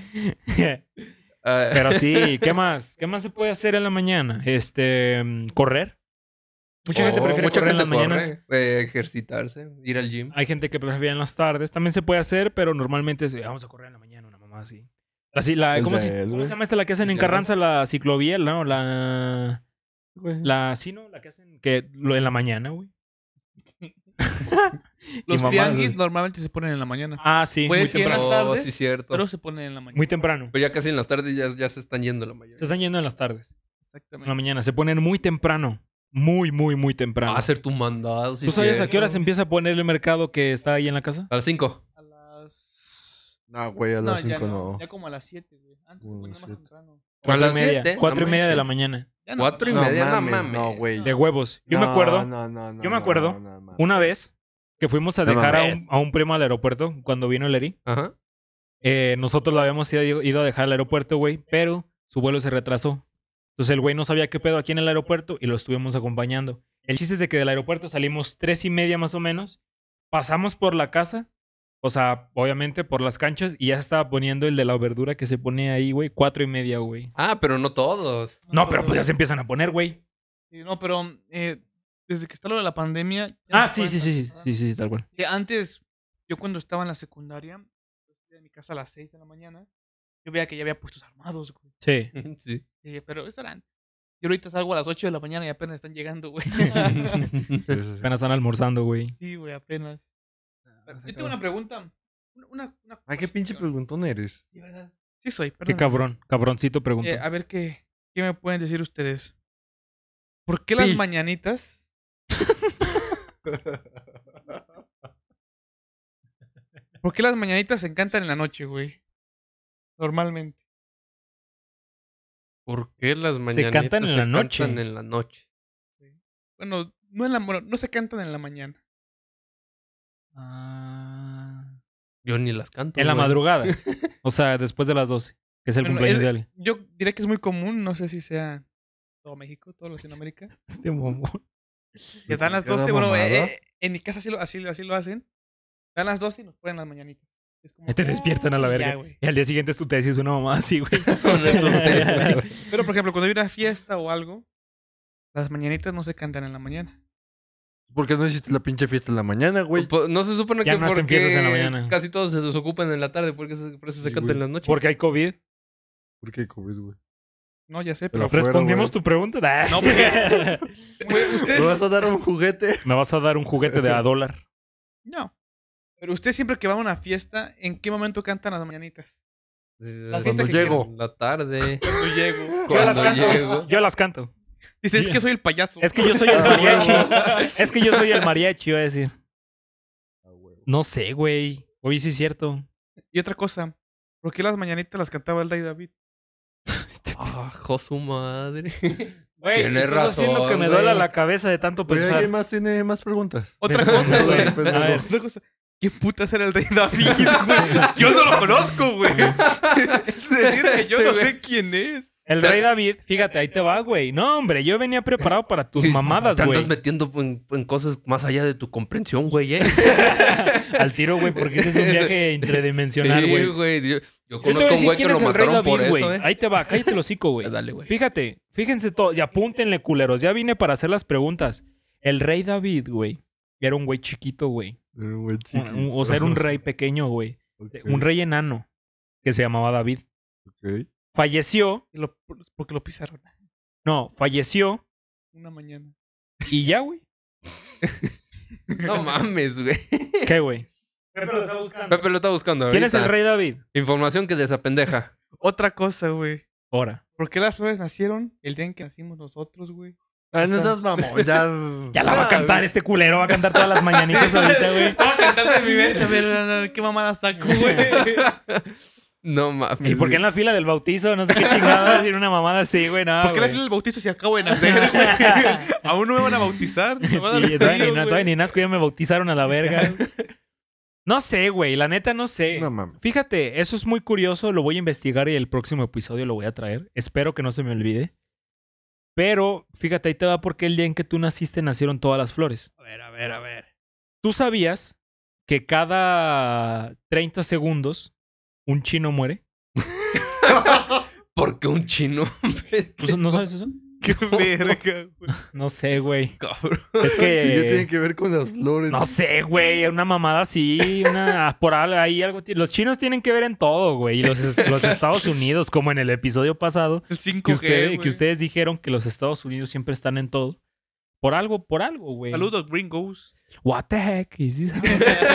Ah, Pero sí, ¿qué más? ¿Qué más se puede hacer en la mañana? Este, mm, correr. Mucha gente oh, prefiere mucha correr en las gente corre, mañanas. Ah, eh, ejercitarse, ir al gym. Hay gente que prefiere en las tardes. También se puede hacer, pero normalmente es, "Eh, vamos a correr en la mañana, una mamá así. Así, la, El ¿cómo, de se- él, cómo güey. se llama esta la que hacen en Sí, Carranza? La ciclovía, ¿no? La, Güey. la, sí, ¿no? La que hacen que, lo, en la mañana, güey. Y Los mamás, tianguis güey. normalmente se ponen en la mañana, Ah, sí, muy Puedes ir a temprano. las Oh, tardes, sí, cierto. pero se ponen en la mañana. Muy temprano. Pero ya casi en las tardes ya, ya se están yendo la mayoría. Se están yendo en las tardes. en la Exactamente. mañana. Se ponen muy temprano. Muy, muy, muy temprano. a hacer tu mandado. Ah, sí, ¿Tú sabes a qué hora se cierto. empieza a poner el mercado que está ahí en la casa? A las 5. A las... No, güey, a las 5 ya no. Ya como a las 7, güey. Antes Como a ponían las más siete. temprano. A las y media. 7. Cuatro y media de la mañana. Ya no. Cuatro y No media, no mames, no, mames. güey. De huevos. Yo me acuerdo No, no, no, yo me no, acuerdo no, no, no, una vez que fuimos a No dejar a mames. un, a un primo al aeropuerto cuando vino el ERI. Ajá. Eh, nosotros lo habíamos ido, ido a dejar al aeropuerto, güey, pero su vuelo se retrasó. Entonces el güey no sabía qué pedo aquí en el aeropuerto y lo estuvimos acompañando. El chiste es de que del aeropuerto salimos tres y media más o menos, pasamos por la casa, o sea, obviamente por las canchas y ya se estaba poniendo el de la verdura que se pone ahí, güey, cuatro y media, güey. Ah, pero no todos. No, pero pues ya se empiezan a poner, güey. Sí, No, pero eh, desde que está lo de la pandemia... ya Ah, no sí, pueden sí, sí, sí, tantas horas. sí, sí, tal cual. Que antes, yo cuando estaba en la secundaria, yo salía de mi casa a las 6 de la mañana, yo veía que ya había puestos armados, güey. Sí. Sí. Y dije, pero eso era antes. Yo ahorita salgo a las 8 de la mañana y apenas están llegando, güey. Sí, sí, sí. Apenas están almorzando, güey. sí, güey, apenas. Yo tengo cabrón. una pregunta. Una, una Ah, Ay, qué pinche cuestión. preguntón eres. Sí, ¿verdad? Sí soy, Qué perdón. cabrón, cabroncito pregunta. Eh, a ver qué, qué me pueden decir ustedes. ¿Por qué las Pi. mañanitas? ¿Por qué las mañanitas se encantan en la noche, güey? Normalmente. ¿Por qué las mañanitas cantan en la noche. cantan en la noche? Bueno, no en la bueno, no se cantan en la mañana. Ah, Yo ni las canto. En la güey. madrugada. O sea, después de las 12, que es el Bueno, cumpleaños es- de alguien. Yo diré que es muy común, no sé si sea todo México, todo Latinoamérica. Este bombón. Que dan las ¿Qué era 12, bueno, mamada? eh, eh, en mi casa así lo, así, así lo hacen. Dan las 12 y nos ponen las mañanitas. Es como, Ya Te despiertan a la "Ah", y ya, verga. güey. y al día siguiente es tu tesis, una mamá así, güey. Pero, por ejemplo, cuando hay una fiesta o algo, las mañanitas no se cantan en la mañana. ¿Por qué no hiciste la pinche fiesta en la mañana, güey? Po- Pues, No se supone Ya que no hacen porque fiestas en la mañana. casi todos se desocupan en la tarde porque se, por eso se Sí, cantan en güey. la noche. Porque hay COVID. ¿Por qué COVID, güey? No, ya sé, pero. Pero Fuera, ¿Respondimos güey. tu pregunta? Ah. No, porque- Güey, ¿Me vas ustedes. a dar un juguete? Me vas a dar un juguete de a dólar. No. Pero usted siempre que va a una fiesta, ¿en qué momento cantan las mañanitas? Cuando fiesta que llego. En la tarde. Cuando llego. Yo las Cuando canto. llego. Yo las canto. Dice, es que soy el payaso. Es que yo soy el Ah, mariachi. es que yo soy el mariachi, iba a decir. Ah, No sé, güey. Hoy sí es cierto. Y otra cosa, ¿por qué las mañanitas las cantaba el rey David? Ah, jo, su madre. Güey, Tienes estás haciendo razón, que me güey. duela la cabeza de tanto Güey, pensar. ¿Alguien más tiene más preguntas? Otra Pendejo. cosa, güey. Pendejo. pues, A ver. Otra cosa. ¿Qué putas era el rey David, güey? Yo no lo conozco, güey. Es decir, que yo no sé quién es. El rey David, fíjate, ahí te va, güey. No, hombre, yo venía preparado para tus Sí, mamadas, Te güey. andas metiendo en, en cosas más allá de tu comprensión, güey, ¿eh? Al tiro, güey, porque ese es un viaje intradimensional, Sí, güey. güey. Yo, yo Yo te voy a conozco a un decir güey que quién lo es el rey mataron por David, güey. eso, ¿eh? Ahí te va, cállate el hocico, güey. Dale, güey. Fíjate, fíjense todo. Y apúntenle, culeros. Ya vine para hacer las preguntas. El rey David, güey, era un güey chiquito, güey. Era un Eh, güey chiquito. Un- un- O sea, era un rey pequeño, güey. Ok, Un rey enano que se llamaba David. ok. Falleció. Y lo- porque lo pisaron No, falleció. una mañana. Y ya, güey. No mames, güey. ¿Qué, güey? Pepe lo está buscando. Pepe lo está buscando ahorita. ¿Quién es el rey David? Información que desapendeja. Otra cosa, güey. Ahora. ¿Por qué las flores nacieron el día en que nacimos nosotros, güey? Ay, Ah, no seas mamón, ya. Ya la va a Ah, cantar güey. este culero, va a cantar todas las mañanitas ahorita, güey. Estaba cantando en mi mente, a ver, a ver, qué mamada saco, Ah, güey. No mames. ¿Y por qué en la fila del bautizo? No sé qué chingada decir una mamada así, güey. No, ¿Por qué la güey. fila del bautizo si acabo de nacer, güey? Aún no me van a bautizar. me van a dar Y todavía frío, ni, na- güey. todavía ni nazco, ya me bautizaron a la verga. No sé, güey, la neta no sé. No mames. Fíjate, eso es muy curioso, lo voy a investigar y el próximo episodio lo voy a traer. Espero que no se me olvide. Pero fíjate, ahí te va porque el día en que tú naciste nacieron todas las flores. A ver, a ver, a ver. ¿Tú sabías que cada 30 segundos un chino muere? ¿Por qué un chino? ¿Tú ¿No sabes eso? Qué verga, güey. No sé, güey. Cabrón. Es ¿Y qué tiene que... que ver con las flores? No sé, güey, una mamada así, una por al- ahí algo. ti- Los chinos tienen que ver en todo, güey. Y los, es- los Estados Unidos, como en el episodio pasado, El 5G, que, ustedes- güey. que ustedes dijeron que los Estados Unidos siempre están en todo. Por algo, por algo, güey. Saludos, gringos. What the heck is this?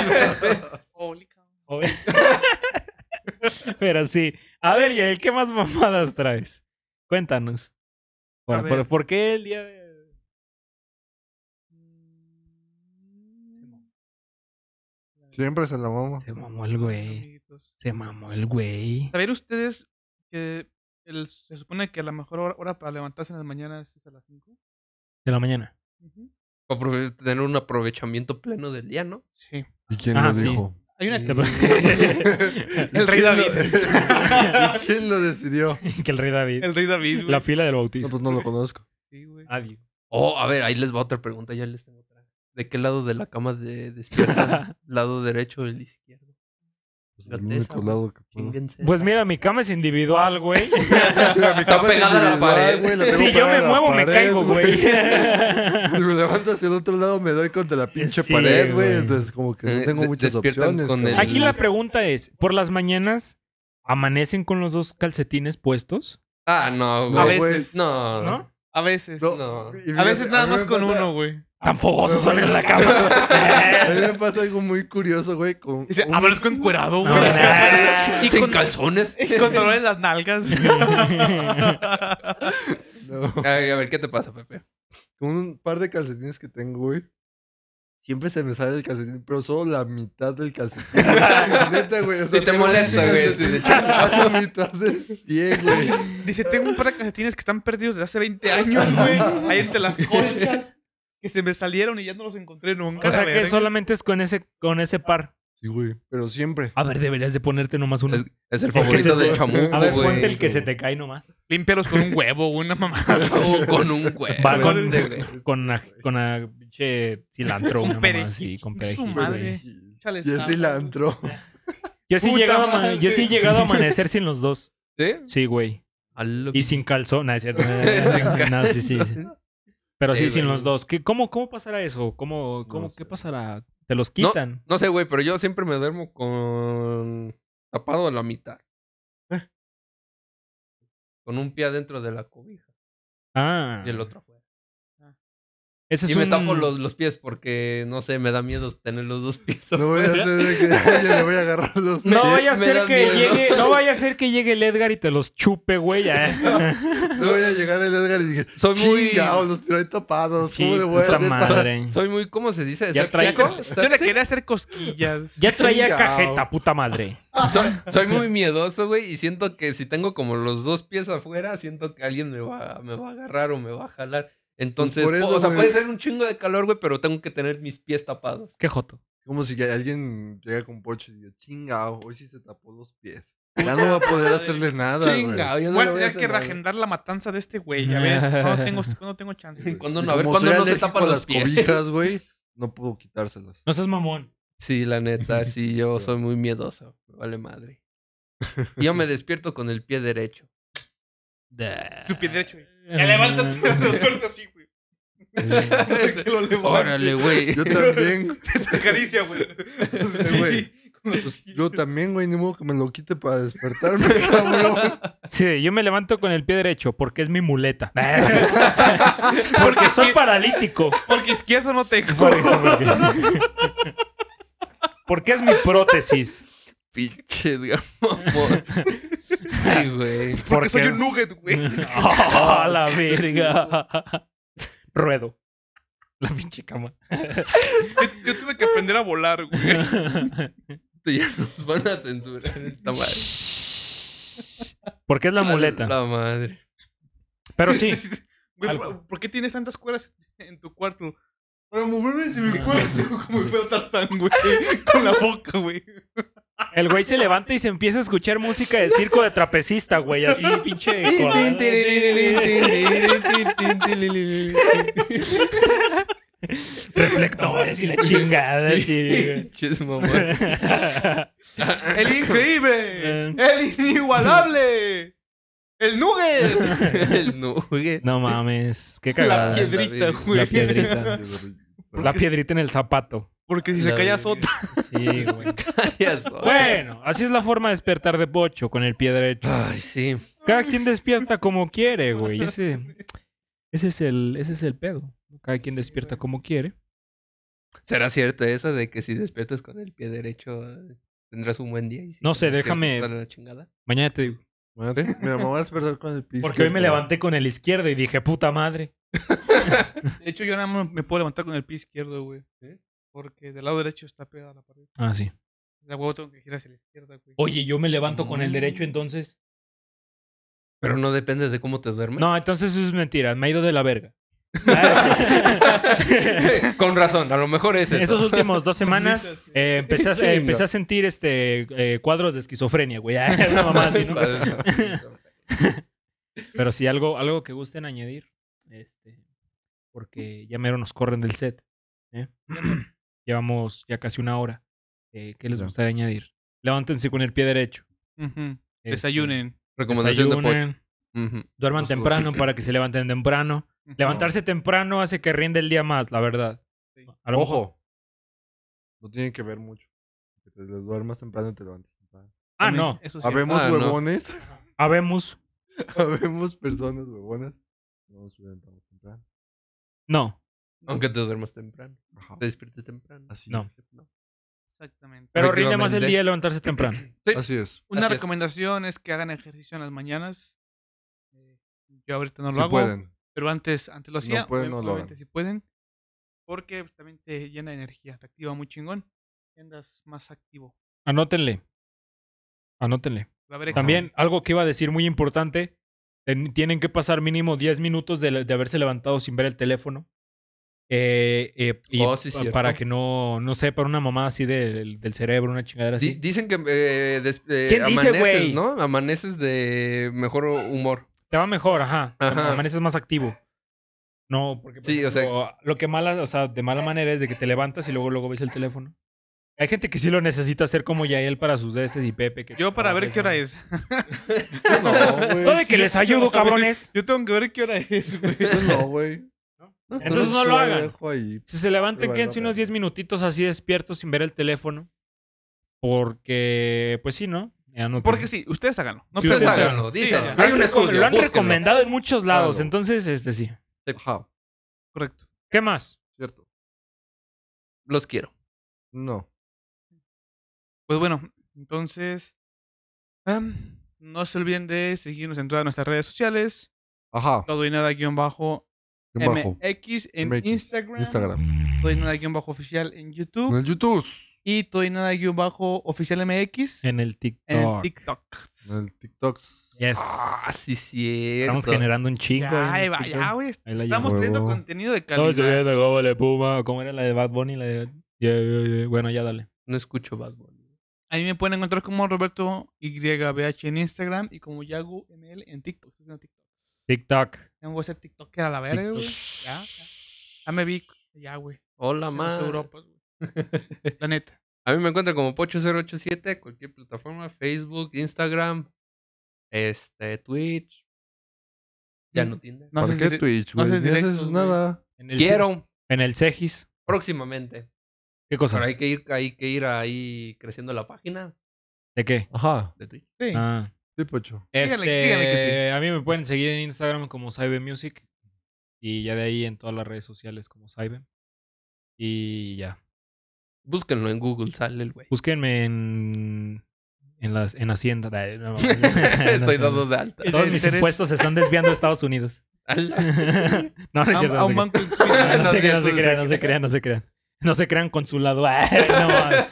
Holy cow. Pero sí. A ver, Yael, ¿qué más mamadas traes? Cuéntanos. Bueno, ver. ¿por, por qué el día de...? Siempre se la mama. Se mamó el güey. Amiguitos. Se mamó el güey. ¿Sabían ustedes que el- se supone que la mejor hora, hora para levantarse en las mañanas es a las 5? De la mañana. Para aprove- tener un aprovechamiento pleno del día, ¿no? Sí. ¿Y quién Ah, lo sí. dijo? Hay una Se- El rey ¿Quién lo- David. ¿Y ¿Quién lo decidió? que el rey David. El rey David, güey. La Ah. fila del No, bautizo. pues no lo conozco. Sí, güey. Adiós. Oh, a ver, ahí les va otra pregunta. Ya les tengo otra. ¿De qué lado de la cama de despiertan? ¿Lado derecho o el izquierdo? Pues La el tesa, único güey. lado que puedo. Chínguense. Pues mira, mi cama es individual, güey. Está pegada a la pared. si yo me muevo, me caigo, güey. Si me levanto hacia el otro lado, me doy contra la pinche Sí, pared, güey. güey. Entonces, como que Eh, no tengo de- muchas despiertan opciones. con cabrón. el- Aquí la pregunta es, ¿por las mañanas amanecen con los dos calcetines puestos? Ah, no, No, A güey. pues, veces. güey. No. ¿No? A veces. No. No. Y fíjate, A veces nada mí más me con pasa- uno, güey. Tan fogosos son en la cama. A mí me pasa algo muy curioso, güey. Con Dice, un- amanezco encuerado, güey. nah. y, Sin con, calzones. y con dolor en las nalgas. no, Ay, a ver, ¿qué te pasa, Pepe? con un par de calcetines que tengo, güey. Siempre se me sale el calcetín, pero solo la mitad del calcetín. Neta, güey. o sea, Sí te tengo un molesta, pinche güey, calcetín sí, de hecho. A la mitad del pie, güey. Dice, tengo un par de calcetines que están perdidos desde hace 20 años, güey. Ahí entre las colchas. Que se me salieron y ya no los encontré nunca. o sea la que verga. solamente es con ese, con ese par. Sí, güey. Pero siempre. A ver, deberías de ponerte nomás uno. Es, es el que favorito se- del chamuco, A ver, güey. ponte el que se te cae nomás. Límpialos con un huevo, una mamada. O con un güey. Va con- Con a, con a pinche cilantro, Con una mamá perejil. así, con Su perejil, madre. güey. Échales Y es sal. cilantro. Yo sí, he Puta llegado a ama- madre. yo sí he llegado a amanecer sin los dos. ¿Sí? Sí, güey. A lo- Y sin calzón. No, es cierto. Sin cal- No, sí, sí. sí. Pero sí, Sí, sin güey. los dos. ¿Qué, cómo, ¿Cómo pasará eso? ¿Cómo, cómo, No ¿Qué sé. pasará? ¿Te los quitan? No sé, güey, pero yo siempre me duermo con... Tapado a la mitad. Eh. Con un pie adentro de la cobija. Ah. Y el otro afuera. Ese es Y me un- tapo los, los pies porque, no sé, me da miedo tener los dos pies No voy a afuera. hacer de que oye, le voy a agarrar los No Me- vaya a me ser da que miedo. llegue, no vaya a ser que llegue el Edgar y te los chupe, güey. ya. No voy a llegar el Edgar y dije, Soy muy- chingados, los tiré tapados. Sí, ¿Cómo le voy a puta hacer para- madre. Soy muy... ¿Cómo se dice? Ya traes- ¿Escéptico? Yo le ¿Escéptico? quería hacer cosquillas. Ya traía Chingao. cajeta, puta madre. Soy, soy muy miedoso, güey, y siento que si tengo como los dos pies afuera, siento que alguien me va, me va a agarrar o me va a jalar. Entonces, Pues por po- eso, o sea, güey. puede ser un chingo de calor, güey, pero tengo que tener mis pies tapados. Qué joto. Como si que alguien llega con Pocho y diga, chingao, hoy sí se tapó los pies. Ya no va a poder hacerle nada, güey. Chinga, yo no Voy a le voy a tener que hacer nada. reagendar la matanza de este güey. A ver, no tengo, no tengo chance. ¿Cuándo Y no? A ver, como ¿cuándo soy no se alérgico tapan a los las pies? cobijas, güey? No puedo quitárselas. No seas mamón. Sí, la neta, sí, yo soy muy miedoso. Me vale madre. Yo me despierto con el pie derecho. Su pie derecho. güey. Ya levántate, se tuerce así, güey. Hasta que lo levante. Órale, güey. Yo también. Te acaricia, güey. Sí, güey. Pues, yo también, güey, ni modo que me lo quite para despertarme, cabrón. Sí, yo me levanto con el pie derecho porque es mi muleta. porque soy paralítico. Porque izquierdo no tengo. Porque es mi prótesis. Pinche Edgar mamón. Ay, güey. Porque Porque soy un nugget, güey. ¡Ah, la verga! Ruedo. La pinche cama. Yo, yo tuve que aprender a volar, güey. Ya nos van a censurar esta madre. Porque es la muleta. La madre. Pero sí. Güey, Algo. ¿por, por qué tienes tantas cuerdas en tu cuarto? Para moverme de mi cuarto como si fuera Tarzán, güey. Con la boca, güey. El güey se levanta y se empieza a escuchar música de circo de trapecista, güey. Así, pinche. corral. Reflectores y la chingada. así, güey. Pinches mamón. El increíble. Eh. El inigualable. El nugget. El nugget. No mames. Qué La cagada. pie- piedrita, la güey. piedrita. La piedrita en el zapato. Porque si se La cae verga. azota. Sí, güey. Ya sabes. Bueno, así es la forma de despertar de Pocho con el pie derecho. Ay, sí. Cada quien despierta como quiere, güey. Ese, ese, es el, ese es el pedo. Cada quien despierta como quiere. ¿Será cierto eso de que si despiertas con el pie derecho eh, tendrás un buen día? Y si No sé, tienes que déjame- despertar a la chingada? Mañana te digo. Bueno, Mira, me voy a despertar con el piso. Porque hoy me levanté con el izquierdo y dije, puta madre. De hecho, yo nada más me puedo levantar con el pie izquierdo, güey. Porque del lado derecho está pegada a la pared. Ah, sí. La huevo tengo que girar hacia la izquierda, güey. Oye, yo me levanto con el derecho entonces. Pero no depende de cómo te duermes. No, entonces eso es mentira. Me ha ido de la verga. Con razón, a lo mejor es eso. Esos últimos dos semanas eh, empecé, a, eh, empecé a sentir este eh, cuadros de esquizofrenia, güey. Una mamá así, ¿no? Pero sí, algo, algo que gusten añadir. Este, porque ya mero nos corren del set. ¿eh? Llevamos ya casi una hora. Eh, ¿Qué les Ya. gustaría añadir? Levántense con el pie derecho. Ujú. Este, Desayunen. Recomendación de Pocho. desayunen, Duerman No sudo. temprano para que se levanten temprano. Levantarse temprano hace que rinde el día más, la verdad. Sí. A lo mejor- Ojo. No tiene que ver mucho. Que te duermas temprano y te levantes temprano. Ah, También, no. Eso sí. Habemos Ah, no. huevones. Habemos. Habemos personas huevonas. No nos levantamos temprano. No. Aunque te duermas temprano. Ajá. Te despiertes temprano. Así No. es. Exactamente. Pero rinde más el Efectivamente. día levantarse temprano. Sí. Así es. Una Así es. recomendación es. que hagan ejercicio en las mañanas. Eh, Yo ahorita no lo Si hago, pueden. pero antes, antes lo No hacía. pueden, no lo obviamente hagan. si pueden, porque pues, también te llena de energía, te activa muy chingón y andas más activo. Anótenle. Anótenle. La verga. También algo que iba a decir muy importante. ten- tienen que pasar mínimo 10 minutos de, la- de haberse levantado sin ver el teléfono. Eh, eh, y Oh, sí, pa- cierto. para que no, no sé, para una mamá así del, del cerebro, una chingadera Di- así. dicen que eh, des- eh, ¿Quién dice, amaneces, güey? ¿no? Amaneces de mejor humor. Te va mejor, ajá. Ajá. Amaneces más activo. No, porque por Sí, o sea- ejemplo, lo que mala, o sea, de mala manera es de que te levantas y luego luego ves el teléfono. Hay gente que sí lo necesita hacer como Yael para sus deces y Pepe. que- Yo para ver qué hora es. Yo no, Todo de güey. que les ayudo, cabrones. Yo tengo que ver qué hora es, güey. Yo no, güey. Entonces no Yo lo hagan. dejo ahí. Si se levanten, Igual, quédense no, unos pero- 10 minutitos así despiertos sin ver el teléfono. Porque, pues sí, ¿no? Ya no Porque tengo- sí, ustedes háganlo. No Sí, ustedes Ustedes saben. háganlo, dicen. Sí, ah, Hay un Lo han estudio, lo han búsquenlo. recomendado en muchos lados. Claro. Entonces, este sí. Ajá. Correcto. ¿Qué más? Cierto. Los quiero. No. Pues bueno, entonces. am, no se olviden de seguirnos en todas nuestras redes sociales. Ajá. Todo y nada guión bajo Guión bajo. MX en MX, Instagram. Instagram. Todo y nada guión bajo oficial en En YouTube. el YouTube. Y todo y nada guión bajo oficial MX en, En el TikTok. TikTok. En el TikTok. Yes. Ah, sí, cierto. Estamos generando un chingo. Ya, ahí ahí en va, TikTok. ya, güey. Ahí la Estamos llevo. teniendo Huevo. contenido de Todo calidad. subiendo, como le puma. ¿Cómo era la de Bad Bunny? La de... Yeah, yeah, yeah. Bueno, ya dale. No escucho Bad Bunny. A mí me pueden encontrar como Roberto YBH en Instagram y como Yagu ML en TikTok. Estoy haciendo TikTok. TikTok. Ya me voy a hacer TikToker a la verga, güey. Ya, ya. Ya me vi. Ya, güey. Ah, Hola, Más man. Europa, güey. La neta. A mí me encuentran como Pocho087, cualquier plataforma, Facebook, Instagram, este, Twitch. Ya no Tinder. No ¿Para haces qué dire- Twitch, no güey? No, haces directos, haces güey. nada. En el Quiero, En el Cegis. próximamente. ¿Qué cosa? Pero hay que ir, hay que ir ahí creciendo la página ¿De qué? Ajá. de Twitch. Sí. Ah. Sí, Pocho. Este, Díganle- díganle que sí. A mí me pueden seguir en Instagram como Cyber Music. Y ya de ahí en todas las redes sociales como Cyber. Y ya. Búsquenlo en Google, sale el güey. Búsquenme en. En, las, en Hacienda. Ay, no, mames. En Estoy Hacienda. dado de alta. Todos En mis interés. impuestos se están desviando a Estados Unidos. Al- no, no A, es cierto. a no un se banco. crean. No No se es crean, cierto, no no se crean, se no se crean, no se crean. No se crean consulado. Ay, no mames.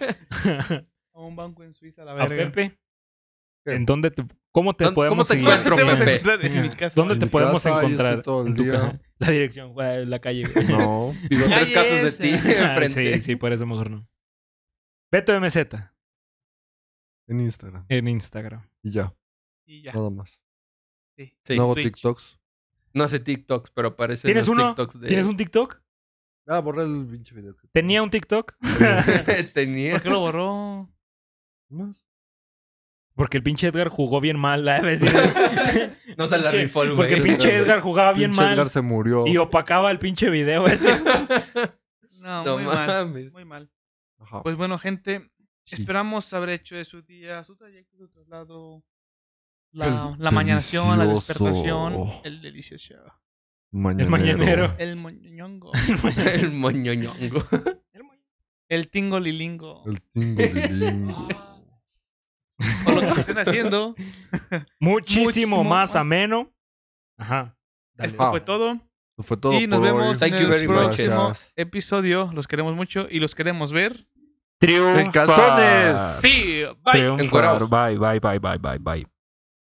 A un banco en Suiza, a la A verga. Pepe. ¿En dónde te, ¿Cómo te ¿Dónde- podemos cómo te seguir? encuentro, Te vas a Pepe? encontrar en mi casa. ¿Dónde En te mi podemos casa, yo estoy encontrar? todo el En tu día. casa. La dirección, güey, la calle. güey. No. Digo, tres Ay, casas de ti esa. enfrente. Sí, sí, por eso mejor no. Beto MZ en Instagram. en Instagram. Y ya, Y ya. nada más. Sí. Sí. no hago Twitch. TikToks. No hace TikToks, pero aparece ¿Tienes los uno? TikToks de. ¿Tienes un TikTok? Ah, borra el pinche video. que- ¿Tenía un TikTok? Tenía. ¿Por qué lo borró? ¿Más? Porque el pinche Edgar jugó bien mal. la vez. No se la Pinche- rifó el güey. Porque el pinche Edgar jugaba bien Pinche mal Edgar se murió. y opacaba el pinche video ese. No, No muy mal. mames. Muy mal. Ajá. Pues bueno, gente, Sí. esperamos haber hecho de su día, su trayecto, su traslado, la, El la mañanación, la delicioso. despertación, el delicioso, Mañanero. mañanero. el moñongo, El moñoñongo. el tingolilingo. El tingo O lo que estén haciendo. Muchísimo, Muchísimo más más. ameno. Ajá. Dale. Esto Ah. fue todo. Fue todo y nos por vemos hoy. Thank en you el very much. próximo Gracias. episodio. Los queremos mucho y los queremos ver. Triunfa. En calzones. Sí, bye. Triunfa. Encuerados. Bye, bye, bye, bye, bye, bye.